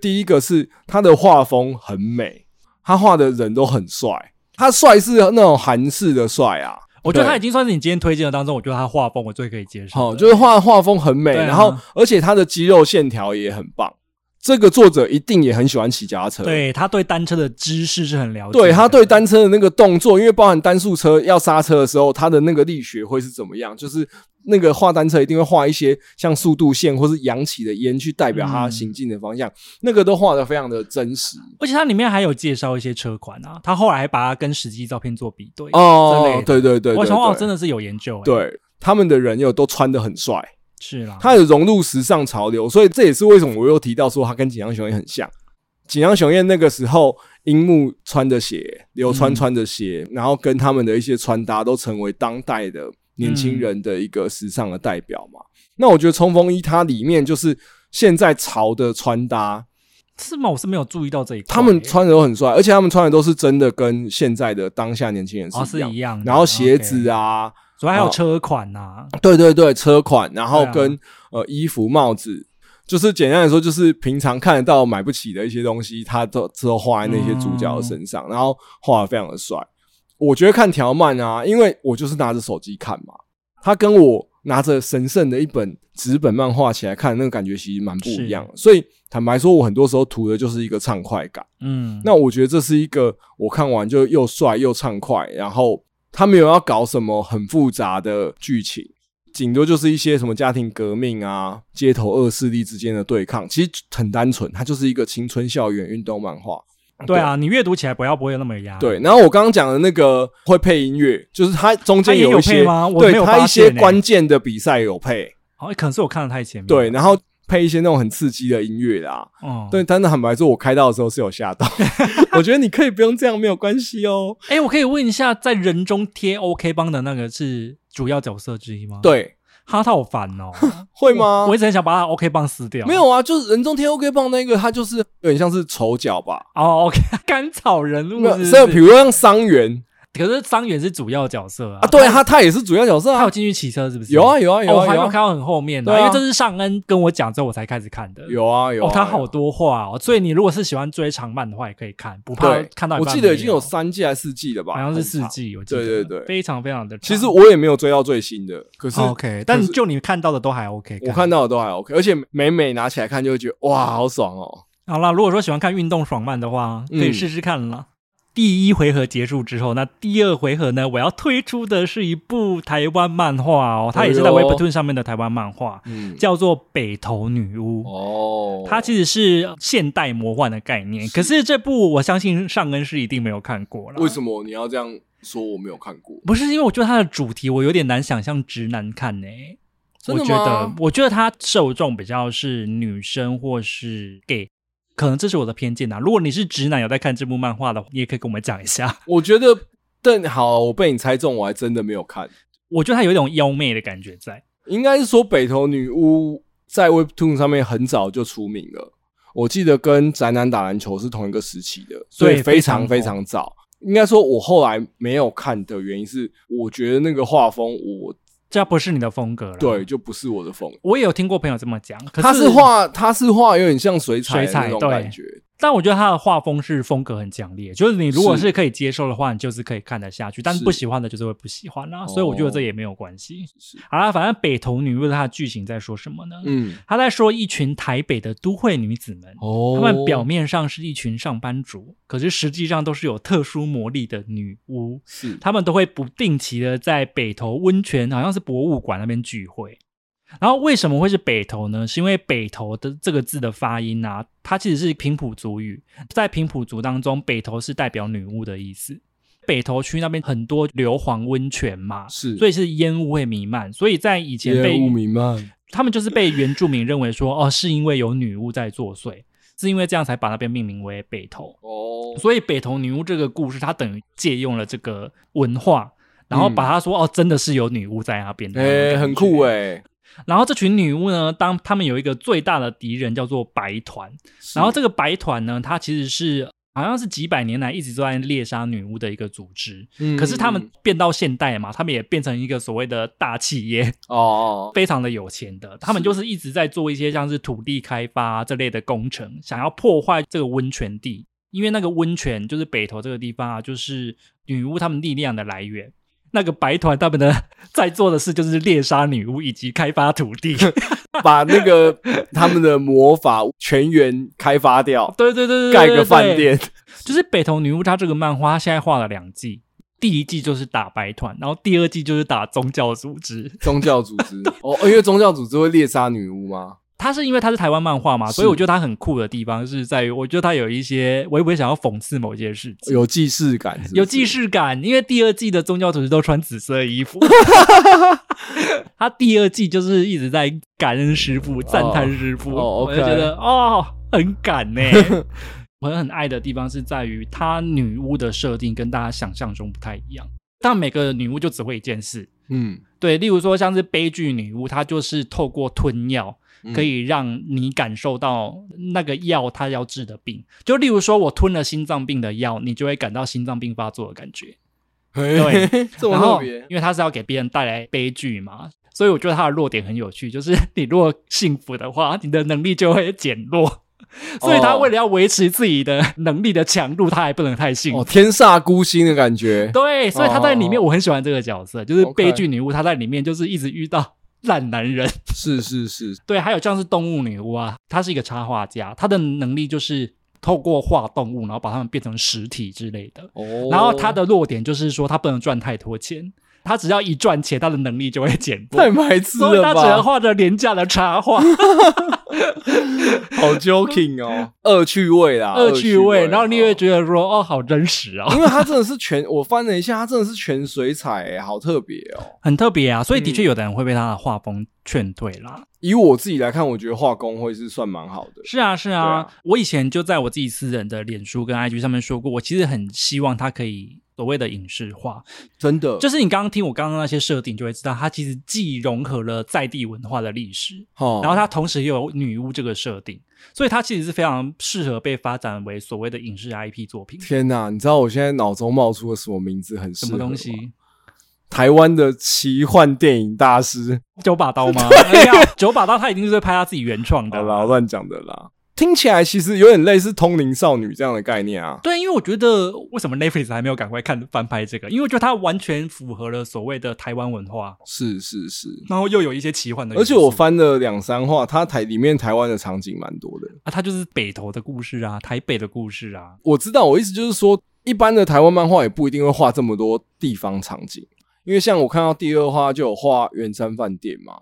第一个是它的画风很美，他画的人都很帅，他帅是那种韩式的帅啊。我觉得对他已经算是你今天推荐的当中，我觉得他画风我最可以接受的。好、哦就是画画风很美，对啊然后而且他的肌肉线条也很棒。这个作者一定也很喜欢骑脚踏车，对他对单车的知识是很了解的，对他对单车的那个动作，因为包含单速车要刹车的时候，他的那个力学会是怎么样？就是那个画单车一定会画一些像速度线或是扬起的烟去代表它嗯行进的方向，那个都画的非常的真实而且它里面还有介绍一些车款啊，他后来还把它跟实际照片做比对之类哦的。对对对对我想哇，真的的是有研究、欸，，对他们的人又都穿的很帅，是啦，他有融入时尚潮流，所以这也是为什么我又提到说他跟锦江雄彦很像。锦江雄彦那个时候，樱木穿的鞋，流川嗯穿的鞋，然后跟他们的一些穿搭都成为当代的年轻人的一个时尚的代表嘛。那我觉得冲锋衣它里面就是现在潮的穿搭，是吗？我是没有注意到这一块、他们欸穿的都很帅，而且他们穿的都是真的跟现在的当下年轻人哦是是一样一的。样的，然后鞋子 OK，啊，主要还有哦车款啊呐、对对对，车款，然后对啊跟、呃衣服、帽子，就是简单来说，就是平常看得到买不起的一些东西，他都都画在那些主角的身上，然后画的非常的帅。我觉得看条漫啊，因为我就是拿着手机看嘛，他跟我拿着神圣的一本纸本漫画起来看，那个感觉其实蛮不一样的。所以坦白说，我很多时候图的就是一个畅快感。嗯，那我觉得这是一个我看完就又帅又畅快，然后他没有要搞什么很复杂的剧情，顶多就是一些什么家庭革命啊、街头恶势力之间的对抗，其实很单纯，它就是一个青春校园运动漫画。对啊，你阅读起来不要不会有那么有压力。对，然后我刚刚讲的那个会配音乐，就是它中它间也有配一些，吗我对没有它发一些现欸关键的比赛有配，哦，可能是我看的太前面。对，，然后配一些那种很刺激的音乐啦，嗯，对，但是坦白说，我开到的时候是有 吓到，我觉得你可以不用这样，没有关系哦。哎、我可以问一下，在人中贴 OK 帮的那个是主要角色之一吗？，对，哈，他好烦 哦，会吗我？一直很想把他 OK 帮撕掉。没有啊，就是人中天 OK 棒那个，他就是有点像是丑角吧。哦，OK，甘草人物 没是有，不是所以比如说像伤员，可是桑原是主要角色啊，啊，对他他也是主要角色他有啊，进去骑车是不是？有啊有啊有哦我啊还没有有啊看到很后面的、对因啊为这是上恩跟我讲之后我才开始看的。有啊有啊，哦，他好有啊多话哦，所以你如果是喜欢追长漫的话，也可以看，不怕对看到一我半记得已没经有三季还是四季了吧，好像是很四长。季，我记得对对对非常非常的长。哦其实我也没有追到最新的，可是 OK，但是就你看到的都还 OK。我看到的都还 OK，而且每每拿起来看就会觉得哇，好爽哦！好啦，如果说喜欢看运动爽漫的话，可以嗯试试看啦。第一回合结束之后，那第二回合呢？我要推出的是一部台湾漫画哦，它也是在哎呦 Webtoon 上面的台湾漫画，嗯，叫做《北投女巫》。哦，它其实是现代魔幻的概念，可是这部我相信上恩是一定没有看过了。为什么你要这样说？我没有看过，不是因为我觉得它的主题我有点难想象直男看呢、我觉得，我觉得它受众比较是女生或是 gay，可能这是我的偏见啊。如果你是直男有在看这部漫画的，你也可以跟我们讲一下。 我觉得邓好，我被你猜中，我还真的没有看。我觉得它有一种妖媚的感觉在。应该是说北投女巫在 Webtoon 上面很早就出名了，我记得跟宅男打篮球是同一个时期的，所以对非常非非常常早。应该说，我后来没有看的原因是，我觉得那个画风我这不是你的风格了。对，就不是我的风。我也有听过朋友这么讲。啊可他是，画，他是画有点像水彩水的彩那种对感觉，但我觉得他的画风是风格很强烈，就是你如果是是可以接受的话，你就是可以看得下去；但是哦是不喜欢的，就是会不喜欢啦、啊所以我觉得这也没有关系。是好啦，反正北投女巫它的剧情在说什么呢？嗯，他在说一群台北的都会女子们，哦她们表面上是一群上班族，可是实际上都是有特殊魔力的女巫。是她们都会不定期的在北投温泉，好像是博物馆那边聚会。然后为什么会是北投呢？是因为北投的这个字的发音啊，它其实是平埔族语，在平埔族当中，北投是代表女巫的意思。北投区那边很多硫磺温泉嘛，是，所以以是烟雾会弥漫，所以在以前嗯被雾弥漫，他们就是被原住民认为说，哦，是因为有女巫在作祟，是因为这样才把那边命名为北投。哦，所以北投女巫这个故事，它等于借用了这个文化，然后把它说，哦，真的是有女巫在那边的那种感嗯哎、觉。很酷哎、然后这群女巫呢，当他们有一个最大的敌人叫做白团，是然后这个白团呢，它其实是好像是几百年来一直都在猎杀女巫的一个组织。嗯可是他们变到现代嘛，他们也变成一个所谓的大企业，哦，非常的有钱的，他们就是一直在做一些像是土地开发、啊这类的工程，想要破坏这个温泉地，因为那个温泉就是北投这个地方啊，就是女巫她们力量的来源。那个白团他们的 在做的事就是猎杀女巫以及开发土 地， 把那个他们的魔法全员开发掉，对对对对，对盖个饭。对对店。就是北投女巫她这个漫画，她现在画了两季，第一季就是打白团，然后第二季就是打宗教组织。宗教组织 哦，因为宗教组织会猎杀女巫吗？它是因为它是台湾漫画嘛，是所以我觉得它很酷的地方是在于，我觉得它有一些我也不会想要讽刺某些事情，有既视感是不是有既视感。因为第二季的宗教组织都穿紫色衣 服，他第二季就是一直在感恩师傅、赞叹师傅，哦我，OK 就觉得哦，很感 呢、我很爱的地方是在于她女巫的设定跟大家想象中不太一样，但每个女巫就只会一件事。嗯，对，例如说像是悲剧女巫，她就是透过吞药，嗯可以让你感受到那个药它要治的病。就例如说，我吞了心脏病的药，你就会感到心脏病发作的感觉。对嘿， 这么然特后，别因为它是要给别人带来悲剧嘛，所以我觉得它的弱点很有趣，就是你如果幸福的话，你的能力就会减哦弱。所以他为了要维持自己的能力的强度，他还不能太幸福。哦，天煞孤星的感觉。对，所以他在里面，哦我很喜欢这个角色，就是 OK 悲剧女巫，她在里面就是一直遇到烂男人。是是是，对，还有像是动物女巫啊，她是一个插画家，她的能力就是透过画动物，然后把它们变成实体之类的。哦，然后她的弱点就是说，她不能赚太多钱，她只要一赚钱，她的能力就会减弱太。白痴所以她了只能吧，画着廉价的插画， 好 joking 哦，恶趣味啦，恶趣味，然后你也会得。觉得说，哦，好真实哦，因为它真的是全，我翻了一下，它真的是全水彩、欸，好特别哦。很特别啊。所以的确，嗯有的人会被她的画风劝退啦。以我自己来看，我觉得画工会是算蛮好的。是啊，是啊，对啊我以前就在我自己私人的脸书跟 IG 上面说过，我其实很希望他可以所谓的影视化，真的就是你刚刚听我刚刚那些设定，就会知道它其实既融合了在地文化的历史，哦然后它同时也有女巫这个设定，所以它其实是非常适合被发展为所谓的影视 IP 作品。天哪，你知道我现在脑中冒出了什么名字很适什么合东吗？西？台湾的奇幻电影大师，九把刀 吗？哎呀九把刀，他一定是拍他自己原创的好啊。啦，乱讲的啦。听起来其实有点类似《通灵少女》这样的概念啊。对，因为我觉得为什么 Netflix 还没有赶快看翻拍这个？因为我觉得它完全符合了所谓的台湾文化，是是是，然后又有一些奇幻的元而素。且我翻了两三话，它台里面台湾的场景蛮多的。啊，它就是北投的故事啊，台北的故事啊，我知道，我意思就是说，一般的台湾漫画也不一定会画这么多地方场景，因为像我看到第二话就有画圆山饭店嘛，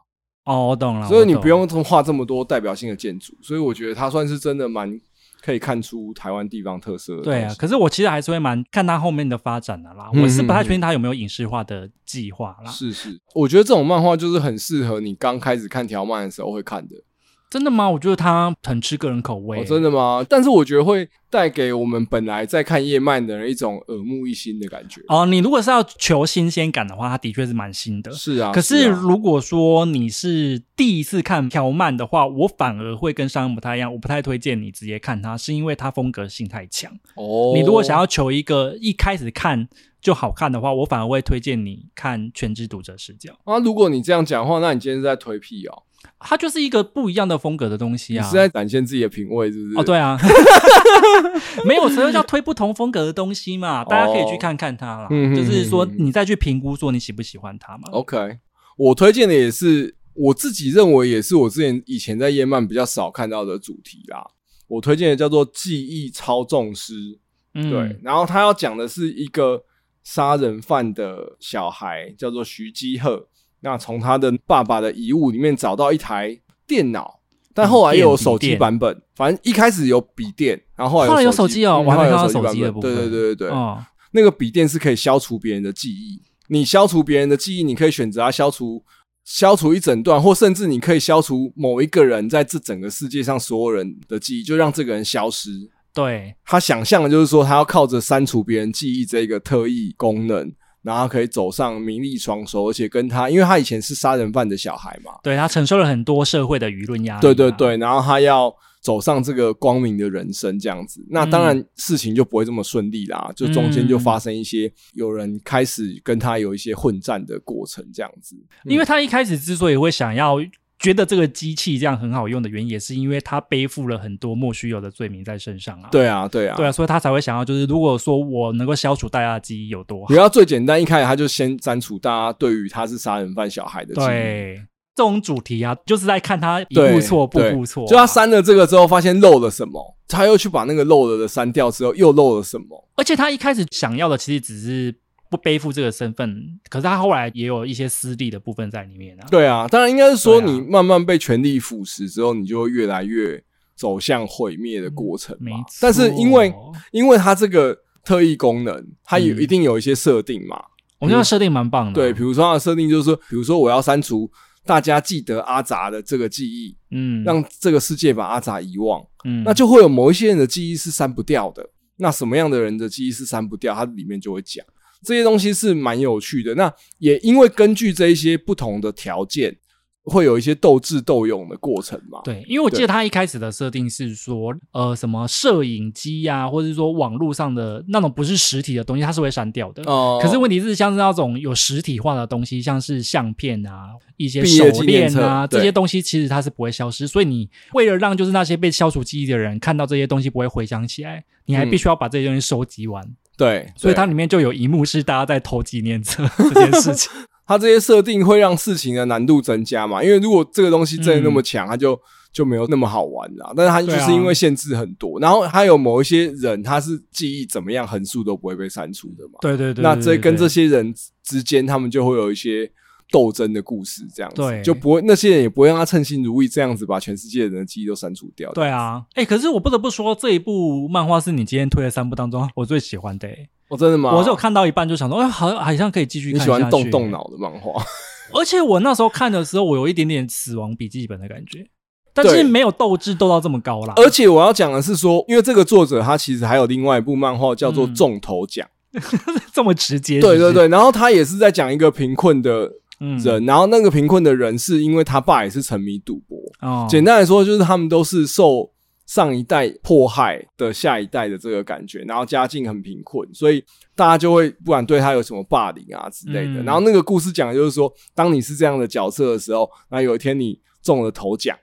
哦，我懂了。所以我你懂不用画这么多代表性的建筑，所以我觉得它算是真的蛮可以看出台湾地方特色的。对啊，，可是我其实还是会蛮看它后面的发展的啦。嗯我是不太嗯确定它有没有影视化的计划啦。是是，我觉得这种漫画就是很适合你刚开始看条漫的时候会看的。真的吗？我觉得它很吃个人口味、哦，真的。的吗？但是我觉得会带给我们本来在看叶漫的人一种耳目一新的感觉。哦，你如果是要求新鲜感的话，它的确是蛮新的。是啊，可是啊如果说你是第一次看条漫的话，我反而会跟上恩不太一样，我不太推荐你直接看它，是因为它风格性太强。哦，你如果想要求一个一开始看就好看的话，我反而会推荐你看《全知读者视角》，啊，如果你这样讲的话，那你今天是在推屁哦，它就是一个不一样的风格的东西你啊。是在展现自己的品味，是不是？哦，，对啊， 没有，所以叫推不同风格的东西哦嘛，大家可以去看看它啦。嗯就是说，嗯嗯嗯你再去评估说你喜不喜欢它嘛。 OK，我推荐的也是我自己认为也是我之前以前在夜漫比较少看到的主题啦。我推荐的叫做《记忆操纵师》，嗯，对，，然后他要讲的是一个杀人犯的小孩，叫做徐基赫。那从他的爸爸的遗物里面找到一台电脑，但后来又有手笔机电版本。反正一开始有笔电，然后后来来有手手机哦嗯我还后来没有看到手手版机的本。部对对分对对对，哦，那个笔电是可以消除别人的记忆。你消除别人的记忆，你可以选择要消除消除一整段，或甚至你可以消除某一个人在这整个世界上所有人的记忆，就让这个人消失。对，他想象的就是说，他要靠着删除别人记忆这个特异功能，然后可以走上名利双收，而且跟他，因为他以前是杀人犯的小孩嘛，对他承受了很多社会的舆论压力、啊对对，对，然后他要走上这个光明的人生这样子。嗯那当然事情就不会这么顺利啦，就中间就发生一些有人开始跟他有一些混战的过程这样子。因为他一开始之所以会想要。觉得这个机器这样很好用的原因，也是因为他背负了很多莫须有的罪名在身上啊。对啊，对啊，对啊，所以他才会想要，就是如果说我能够消除大家的记忆有多好你。要最简单，一开始他就先删除大家对于他是杀人犯小孩的记忆。对，这种主题啊，就是在看他一对步错步对步错啊、就他删了这个之后，发现漏了什么，他又去把那个漏了的删掉之后，又漏了什么？而且他一开始想要的其实只是不背负这个身份，可是他后来也有一些私利的部分在里面啊。对啊，当然应该是说对啊你慢慢被权力腐蚀之后，你就会越来越走向毁灭的过程嗯没嘛错。但是因为因为它这个特异功能，它有嗯一定有一些设定嘛。我觉得设定蛮棒的、啊对，比，如说它的设定就是说，比如说我要删除大家记得阿杂的这个记忆，嗯，让这个世界把阿杂遗忘。嗯那就会有某一些人的记忆是删不掉的。那什么样的人的记忆是删不掉？它里面就会讲这些东西是蛮有趣的。那也因为根据这一些不同的条件，会有一些斗智斗勇的过程嘛。对，因为我记对得他一开始的设定是说，呃，什么摄影机呀、或者是说网络上的那种不是实体的东西，它是会删掉的。哦可是问题是，像是那种有实体化的东西，像是相片啊、一些毕手业纪念链册啊对这些东西，其实它是不会消失。所以你为了让就是那些被消除记忆的人看到这些东西不会回想起来，你还必须要把这些东西收集完。嗯对，所以它它里面就有一幕是大家在偷纪念册这件事 情。它这些设定会让事情的难度增加嘛。因为如果这个东西真的那嗯么强，它就就没有那么好玩啦。但是它就对啊是因为限制很多，然后还有某一些人他是记忆怎么样横数都不会被删除的嘛。对对对那这跟这些些人之间，他们就会有一些斗争的故事，这样子对就不会那些人也不会让他称心如意，这样子把全世界的人的记忆都删除掉。对，啊，哎、可是我不得不说，这一部漫画是你今天推的三部当中我最喜欢的、欸。哦，真的吗？我是有看到一半就想说，哎、好像好像可以继续你看喜欢下动去动脑的漫画，而且我那时候看的时候，我有一点点《死亡笔记本》的感觉，但是对没有斗志斗到这么高啦。而且我要讲的是说，因为这个作者他其实还有另外一部漫画叫做嗯《重头奖》，这么直接是对不对是，对，然后他也是在讲一个贫困的嗯，人，然后那个贫困的人是因为他爸也是沉迷赌博，哦，简单来说，就是他们都是受上一代迫害的下一代的这个感觉，然后家境很贫困，所以大家就会不管对他有什么霸凌啊之类的。嗯然后那个故事讲的就是说，当你是这样的角色的时候，那有一天你中了头奖，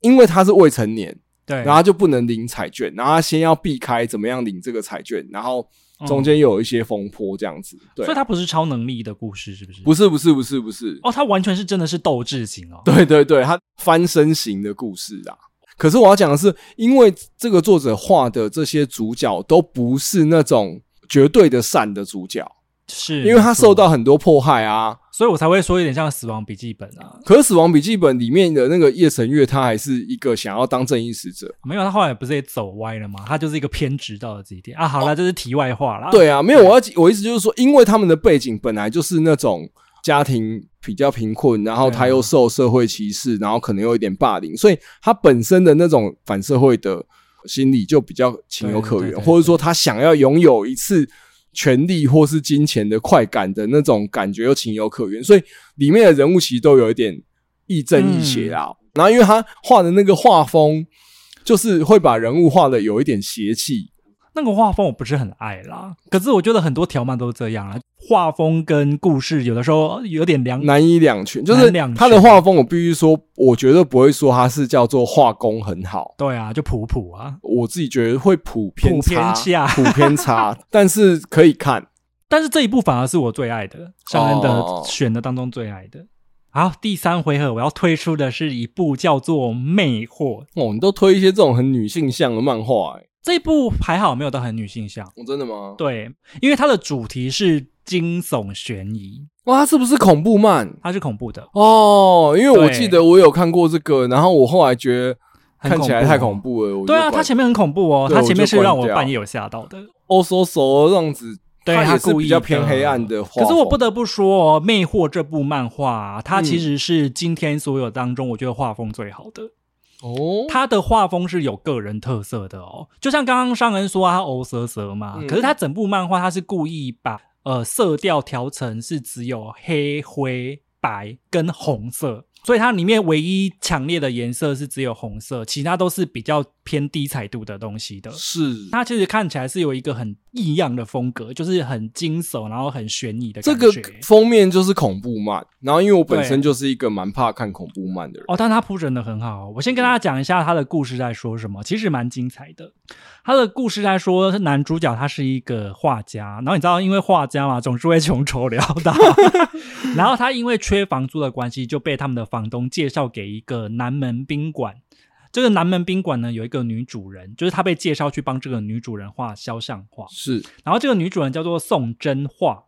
因为他是未成年，对，然后他就不能领彩券，然后他先要避开怎么样领这个彩券，然后中哦间又有一些风波这样子。对所以，它不是超能力的故事，是不是？不是不是不是不是，哦，它完全是真的是斗志型哦。 对对对，他翻身型的故事啊。可是我要讲的是，因为这个作者画的这些主角都不是那种绝对的善的主角，是，因为他嗯没错受，到很多迫害啊。所以我才会说有点像《死亡笔记本》啊。可是《死亡笔记本》里面的那个夜神月，他还是一个想要当正义使者。没有，他后来不是也走歪了吗？他就是一个偏执到了极点啊。好了，这是题外话啦。，哦对啊，没有，我要我意思就是说，因为他们的背景本来就是那种家庭比较贫困，然后对啊他又受社会歧视，然后可能又有一点霸凌，所以他本身的那种反社会的心理就比较情有可对对原，对对或者说他想要拥有一次。权力或是金钱的快感的那种感觉又情有可原，所以里面的人物其实都有一点亦正亦嗯邪啦。然后因为他画的那个画风，就是会把人物画的有一点邪气，那个画风我不是很爱啦，可是我觉得很多条漫都这样啦，啊画风跟故事有的时候有点两。难以两全，就难是两他的全画风，我必须说，我绝对不会说他是叫做画工很好，对啊，就普普啊。我自己觉得会普遍普遍差，下普偏差， 但是可以看。但是这一部反而是我最爱的，上恩哦的选的当中最爱的。好，第三回合我要推出的是一部叫做《魅惑》哦，你都推一些这种很女性向的漫画、欸，这一部，还好没有到很女性向。哦，真的吗？对，因为它的主题是惊悚悬疑，哇，它是不是恐怖漫？它是恐怖的，哦，因为我对记得我有看过这个，然后我后来觉得很看起来恐怖太恐怖了。我就对啊，关它前面很恐怖哦，对它前面是让我我就关掉半夜有吓到的。哦嗖嗖这样子，对它它也是故比意较的偏黑暗的画风。可是我不得不说哦，《魅惑》这部漫画啊，它嗯其实是今天所有当中我觉得画风最好的。哦，它的画风是有个人特色的哦，就像刚刚上恩说啊他欧蛇蛇嘛，嗯可是他整部漫画他是故意把呃色调调成是只有黑灰白跟红色。所以它里面唯一强烈的颜色是只有红色，其他都是比较偏低彩度的东西的。是它其实看起来是有一个很异样的风格，就是很惊悚，然后很悬疑的这感个觉。封面就是恐怖漫，然后因为我本对身就是一个蛮怕看恐怖漫的人，哦，但它铺陈的很好哦。我先跟大家讲一下他的故事在说什么，其实蛮精彩的。他的故事在说，男主角他是一个画家，然后你知道，因为画家嘛，总是会穷愁潦 倒。 然后他因为缺房租的关系，就被他们的房东介绍给一个南门宾馆。这个南门宾馆呢，有一个女主人，就是他被介绍去帮这个女主人画肖像画。是然后这个女主人叫做宋真化，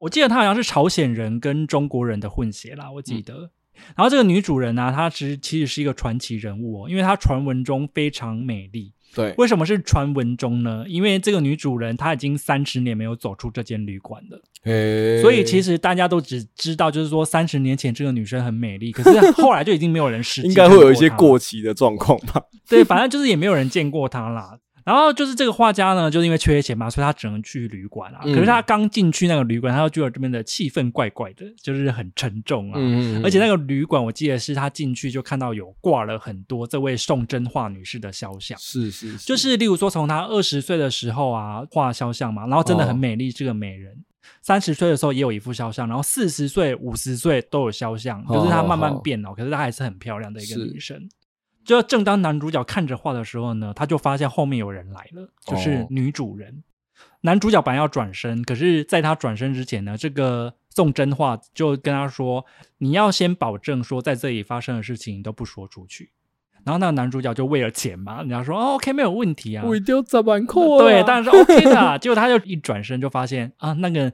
我记得她好像是朝鲜人跟中国人的混血啦，我记得。然后这个女主人呢、啊她其实其实是一个传奇人物哦，因为她传闻中非常美丽。对，为什么是传闻中呢？因为这个女主人她已经三十年没有走出这间旅馆了，诶所以其实大家都只知道，就是说三十年前这个女生很美丽，可是后来就已经没有人实际 应该会有一见些她了过期的状况吧。 对，反正就是也没有人见过他啦。然后就是这个画家呢，就是因为缺钱嘛，所以他只能去旅馆啊。嗯可是他刚进去那个旅馆，他就觉得这边的气氛怪怪的，就是很沉重 啊。嗯而且那个旅馆，我记得是他进去就看到有挂了很多这位宋真画女士的肖像，是是就是例如说从她二十岁的时候啊画肖像嘛，然后真的很哦美丽，这个美人。三十岁的时候也有一副肖像，然后四十岁、五十岁都有肖像，哦可是她慢哦慢哦变老，可是她还是很漂亮的一个是女生。就正当男主角看着画的时候呢，他就发现后面有人来了，就是哦女主人。男主角本来要转身，可是在他转身之前呢，这个宋真话就跟他说：“你要先保证说在这里发生的事情你都不说出去。”然后那个男主角就为了钱嘛，人家说：“哦，OK，没有问题啊。”我丢砸板扣啊对，当然是 OK 的啊。结果他就一转身就发现啊，那个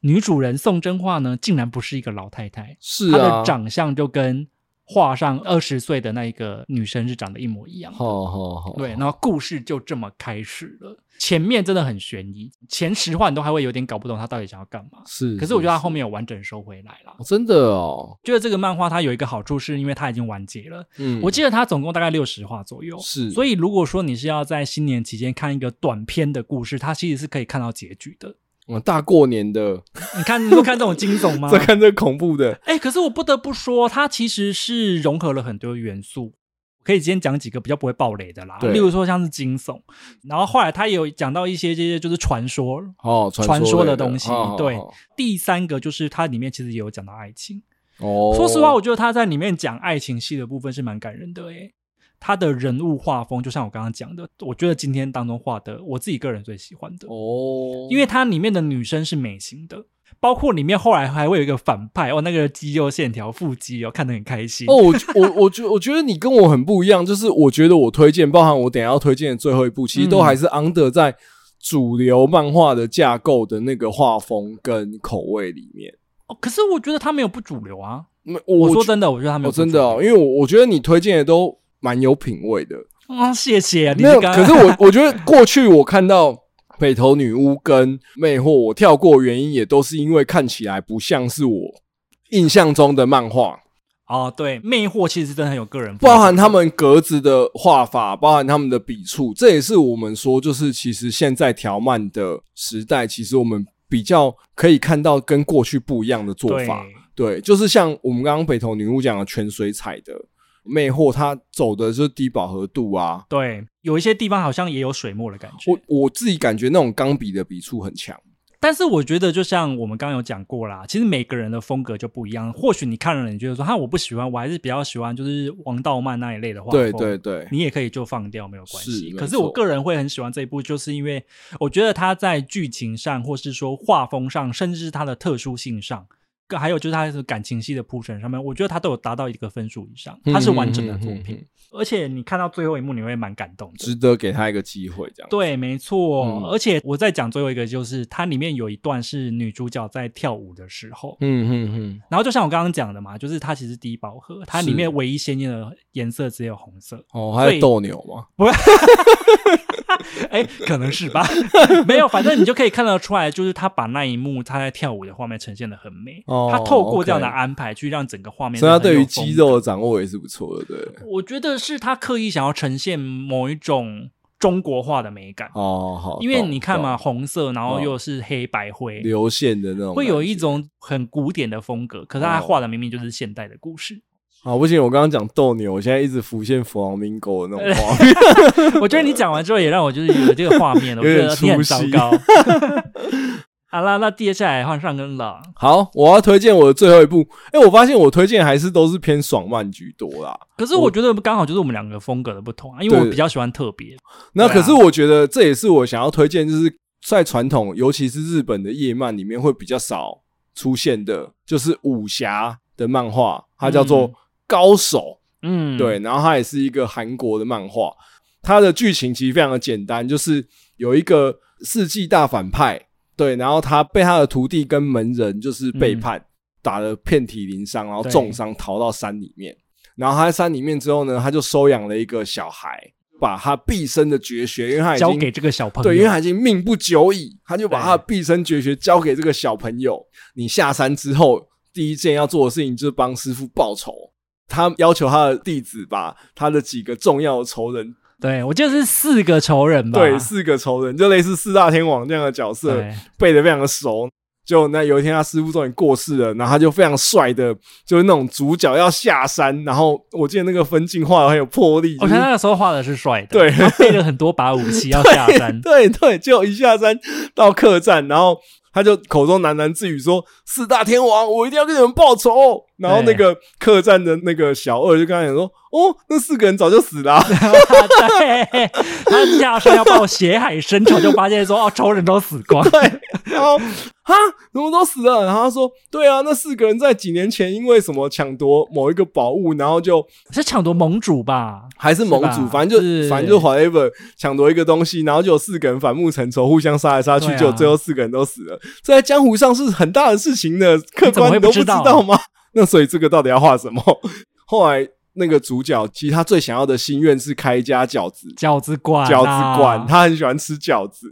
女主人宋真话呢，竟然不是一个老太太，是她啊，的长相就跟画上二十岁的那一个女生是长得一模一样的。好好好，对，然后故事就这么开始了。前面真的很悬疑，前十话你都还会有点搞不懂他到底想要干嘛。是，可是我觉得他是后面有完整收回来啦。哦真的哦，觉得这个漫画它有一个好处，是因为它已经完结了。嗯，我记得它总共大概六十话左右，是，所以以，如果说你是要在新年期间看一个短篇的故事，它其实是可以看到结局的。我大过年的你看，你有看这种惊悚吗？在 看这恐怖的，哎、可是我不得不说，它其实是融合了很多元素。可以今天讲几个比较不会爆雷的啦，对例如说像是惊悚，然后后来他也有讲到一些这些就是传说。哦，传说说的的东西哦对哦第三个就是它里面其实也有讲到爱情。哦，说实话，我觉得他在里面讲爱情戏的部分是蛮感人的诶。他的人物画风，就像我刚刚讲的，我觉得今天当中画的，我自己个人最喜欢的，哦，因为它里面的女生是美型的，包括里面后来还会有一个反派哦，那个肌肉线条、腹肌哦，看得很开心哦，。我觉我我觉我觉得你跟我很不一样，就是我觉得我推荐，包含我等一下要推荐的最后一部，其实都嗯还是 under 在主流漫画的架构的那个画风跟口味里面。哦，可是我觉得他没有不主流啊。没我我说觉真的，我觉得他没有哦，不主真流的哦，因为我我觉得你推荐的都蛮有品味的。啊、谢谢啊。你没有，刚可是我我觉得过去我看到。北投女巫跟魅惑，我跳过原因也都是因为看起来不像是我印象中的漫画。 哦，对，魅惑其实真的很有个人风格，包含他们格子的画法，包含他们的笔触，这也是我们说，就是其实现在条漫的时代，其实我们比较可以看到跟过去不一样的做对法。对，就是像我们刚刚北投女巫讲的全水彩的魅惑，它走的就是低饱和度啊。对，有一些地方好像也有水墨的感觉。我我自己感觉那种钢笔的笔触很强。但是我觉得，就像我们刚刚有讲过啦，其实每个人的风格就不一样。或许你看了，你觉得说哈，我不喜欢，我还是比较喜欢就是王道漫那一类的画风。对对对，你也可以就放掉，没有关系。是可是没错我个人会很喜欢这一部，就是因为我觉得它在剧情上，或是说画风上，甚至是它的特殊性上，更还有就是它的感情戏的铺陈上面，我觉得它都有达到一个分数以上，它是完整的作品。嗯嗯嗯嗯而且你看到最后一幕，你会蛮感动的。值得给他一个机会这样。对，没错。嗯而且我再讲最后一个，就是它里面有一段是女主角在跳舞的时候，嗯嗯嗯，然后就像我刚刚讲的嘛，就是它其实低饱和，它里是面唯一鲜艳的颜色只有红 色。哦，还所以有斗牛嘛？哎，可能是 吧，没有，反正你就可以看得出来，就是他把那一幕他在跳舞的画面呈现的很美。哦他透过这样的 OK 安排去让整个画面，所以他对于肌肉的，掌握也是不错的，对。我觉得是他刻意想要呈现某一种中国化的美感。哦，好，因为懂你看嘛，懂红色，然后哦又是黑白灰，流线的那种感觉，哦会有一种很古典的风格，可是他画的明明就是现代的故事。啊，不行，我刚刚讲斗牛，我现在一直浮现弗朗明哥的那种画面，我觉得你讲完之后也让我就是有这个画 面了，我有觉点得你很出糟戏 糕。好啦，那接下来换上跟了。 好，我要推荐我的最后一部。哎、我发现我推荐还是都是偏爽漫居多啦。可是我觉得刚好就是我们两个风格的不同啊，因为我对比较喜欢特别。那对啊可是我觉得这也是我想要推荐，就是在传统，尤其是日本的夜漫里面会比较少出现的，就是武侠的漫画，它叫做嗯《高手》。嗯，对，，然后它也是一个韩国的漫画，它的剧情其实非常的简单，就是有一个世纪大反派，对，然后他被他的徒弟跟门人就是背叛，打得遍体鳞伤，然后嗯对重伤逃到山里面，然后他在山里面之后呢，他就收养了一个小孩，把他毕生的绝学，因为他已交经给这个小朋友。对，因为他已经命不久矣，他就把他的毕生绝学交给这个小朋友。你下山之后，第一件要做的事情就是帮师傅报仇。他要求他的弟子把他的几个重要的仇人，对我记得是四个仇人吧？对，四个仇人，就类似四大天王这样的角色，对背得非常的熟。就那有一天，他师傅终于过世了，然后他就非常帅的，就是那种主角要下山，然后我记得那个分镜画的很有魄力，我就是看他那个时候画的是帅的，对。他背了很多把武器要下山 对对，就一下山到客栈，然后他就口中喃喃自语说：“四大天王，我一定要跟你们报仇。”然后那个客栈的那个小二就跟他讲说：“哦，那四个人早就死了啊、 对，他下山要报血海深仇，就发现说哦，仇人都死 光。对，然后哈，怎么都死了？然后他说：“对啊，那四个人在几年前因为什么抢夺某一个宝物，然后就是抢夺盟主吧？还是盟是吧主，反正是就反正就 whatever 抢夺一个东西，然后就有四个人反目成仇，互相杀来杀去对啊，就、最后四个人都死了。这在江湖上是很大的事情的，客怎么官会你不都不知知道道吗？ 那所以这个到底要画什么？ 后来那个主角其实他最想要的心愿是开一家饺子饺子馆、啊，饺子馆，他很喜欢吃饺子，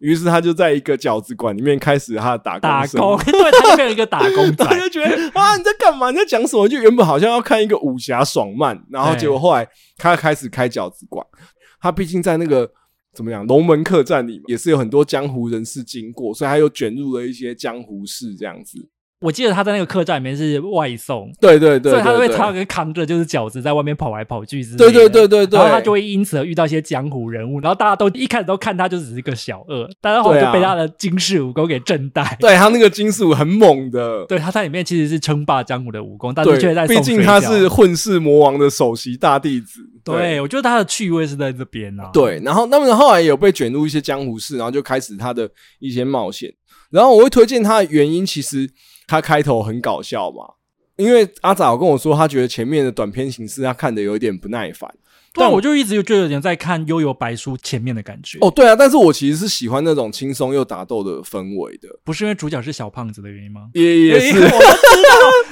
于是他就在一个饺子馆里面开始他的打工打生工，活。 对，他就变成一个打工仔 他。就觉得啊，你在干嘛？你在讲什么？就原本好像要看一个武侠爽漫，然后对结果后来他开始开饺子馆。他毕竟在那个怎么讲，龙门客栈里也是有很多江湖人士经过，所以他又卷入了一些江湖事这样子。我记得他在那个客栈里面是外送，对对对，所以他对会对他跟扛着就是饺子在外面跑来跑去之类对的。对对对对，然后他就会因此而遇到一些江湖人物，然后大家都一开始都看他就只是个小恶，但是后来对啊就被他的惊世武功给震呆。对他那个金属很猛的，对，他在里面其实是称霸江湖的武功，但是却在对，送毕竟水他饺是混世魔王的首席大弟子。对，我觉得他的趣味是在这边啊。，对，然后那么后来有被卷入一些江湖事，然后就开始他的一些冒险。然后我会推荐他的原因，其实他开头很搞笑嘛，因为阿早跟我说，他觉得前面的短篇形式他看的有一点不耐烦。但啊我就一直就有点在看《悠游白书》前面的感觉，哦，对啊，但是我其实是喜欢那种轻松又打斗的氛围的，不是因为主角是小胖子的原因吗？也也因是为我都知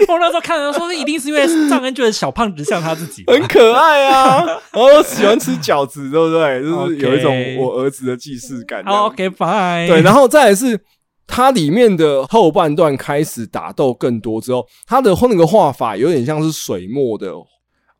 道，我那 时候看的时候一定是因为上恩觉得小胖子像他自己吧， 很可爱啊。然后喜欢吃饺子，对不对？就是有一种 OK 我儿子的既视感这样子。好，OK，拜。对，然后再来是它里面的后半段开始打斗更多之后，它的那个画法有点像是水墨的，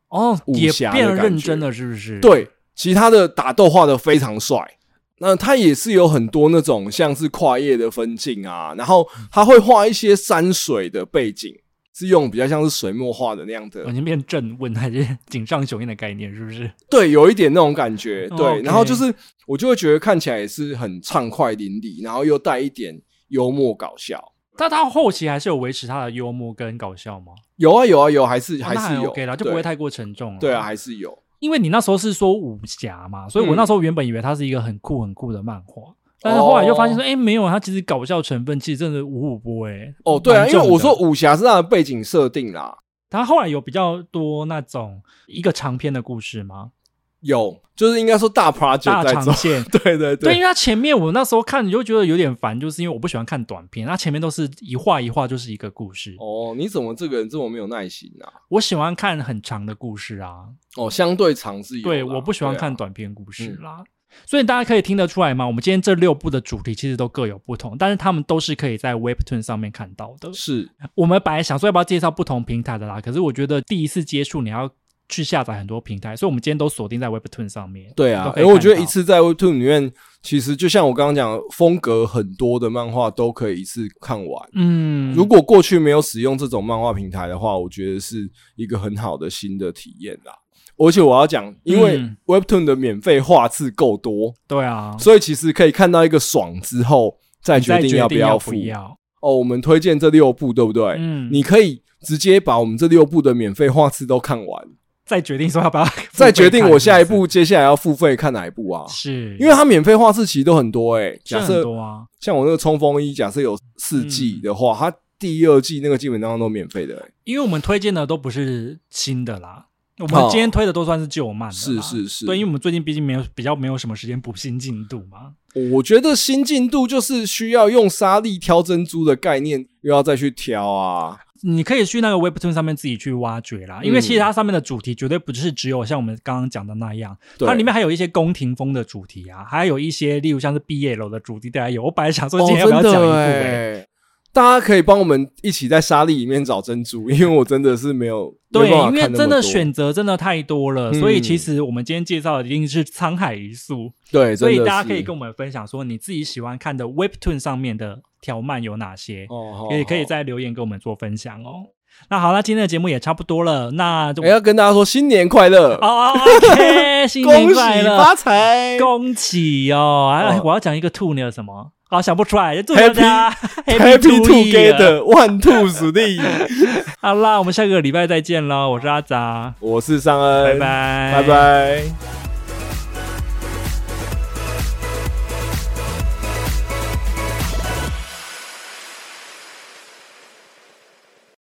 哦，武也侠的变得感认觉真了，是不是？， 对，其他的打斗画的非常帅。那它也是有很多那种像是跨页的分镜啊，然后它会画一些山水的背景，是用比较像是水墨画的那样的我已经变正问还是井上雄彦的概念，是不是？对，有一点那种感觉，哦对。 OK 然后就是我就会觉得看起来也是很畅快淋漓，然后又带一点幽默搞笑。但他后期还是有维持他的幽默跟搞笑吗？有啊有啊有，还是、哦那还是有 OK 啦，就对不会太过沉重了。对啊，，还是有。因为你那时候是说武侠嘛，所以我嗯那时候原本以为它是一个很酷很酷的漫画，但是后来就发现说，哎、没有，它其实搞笑成分其实真的五五波哎、哦，对啊，蛮因重为的我说武侠是它的背景设定啦，它后来有比较多那种一个长篇的故事吗？有就是应该说大 project 大在长做，。线 对对对，因为对，它前面我那时候看，你就觉得有点烦，就是因为我不喜欢看短片，它前面都是一画一画就是一个故事。哦，你怎么这个人这么没有耐心啊？我喜欢看很长的故事啊，哦，相对长是有啦，对，我不喜欢对啊嗯看短篇故事啦。所以大家可以听得出来吗？我们今天这六部的主题其实都各有不同，但是他们都是可以在 Webtoon 上面看到的。是我们本来想说要不要介绍不同平台的啦，可是我觉得第一次接触你要去下载很多平台，所以我们今天都锁定在 Webtoon 上面。对啊都，可以因为我看觉得到一次在 Webtoon 里面，其实就像我刚刚讲，风格很多的漫画都可以一次看完。嗯，如果过去没有使用这种漫画平台的话，我觉得是一个很好的新的体验啦。而且我要讲，因为嗯 Webtoon 的免费画质够多，对啊，所以其实可以看到一个爽之后，再你再决定要不要付。不要。哦，我们推荐这六部，对不对？嗯，你可以直接把我们这六部的免费画次都看完，再决定说要不 要付费看，再决定我下一是步接下来要付费看哪一部啊不。是，是因为它免费画次其实都很多诶、是假很设多嗯啊，像我那个冲锋衣，假设有四季的话，它第二季那个基本上都免费的、欸。因为我们推荐的都不是新的啦，我们今天推的都算是旧漫的哦是啦、是是，对，因为我们最近毕竟没有比较没有什么时间补新进度嘛。欸我觉得新进度就是需要用沙粒挑珍珠的概念，又要再去挑啊。你可以去那个 Webtoon 上面自己去挖掘啦，因为嗯其实它上面的主题绝对不是只有像我们刚刚讲的那样，对它里面还有一些宫廷风的主题啊，还有一些例如像是毕业楼的主题，大啊家有。我本来想说哦今天要不要讲一部、哦欸欸大家可以帮我们一起在沙粒里面找珍珠， 因为我真的是没有对，没办法因为看那么真的多选择真的太多了，所以嗯其实我们今天介绍的一定是沧海一粟。对，所以真的大家是可以跟我们分享说你自己喜欢看的 Webtoon 上面的条漫有哪些，哦，也可以在在留言跟我们做分享哦。那好，那今天的节目也差不多了，那就、哎要跟大家说新年快乐，哦，OK，新 年恭喜快乐，发财恭喜哦！哎、哦我要讲一个兔年有什么？好、想不出来，祝大家 ，Happy New Year Together One Two Three，好啦，我们下个礼拜再见喽！我是阿杂，我是尚恩，拜拜，拜拜。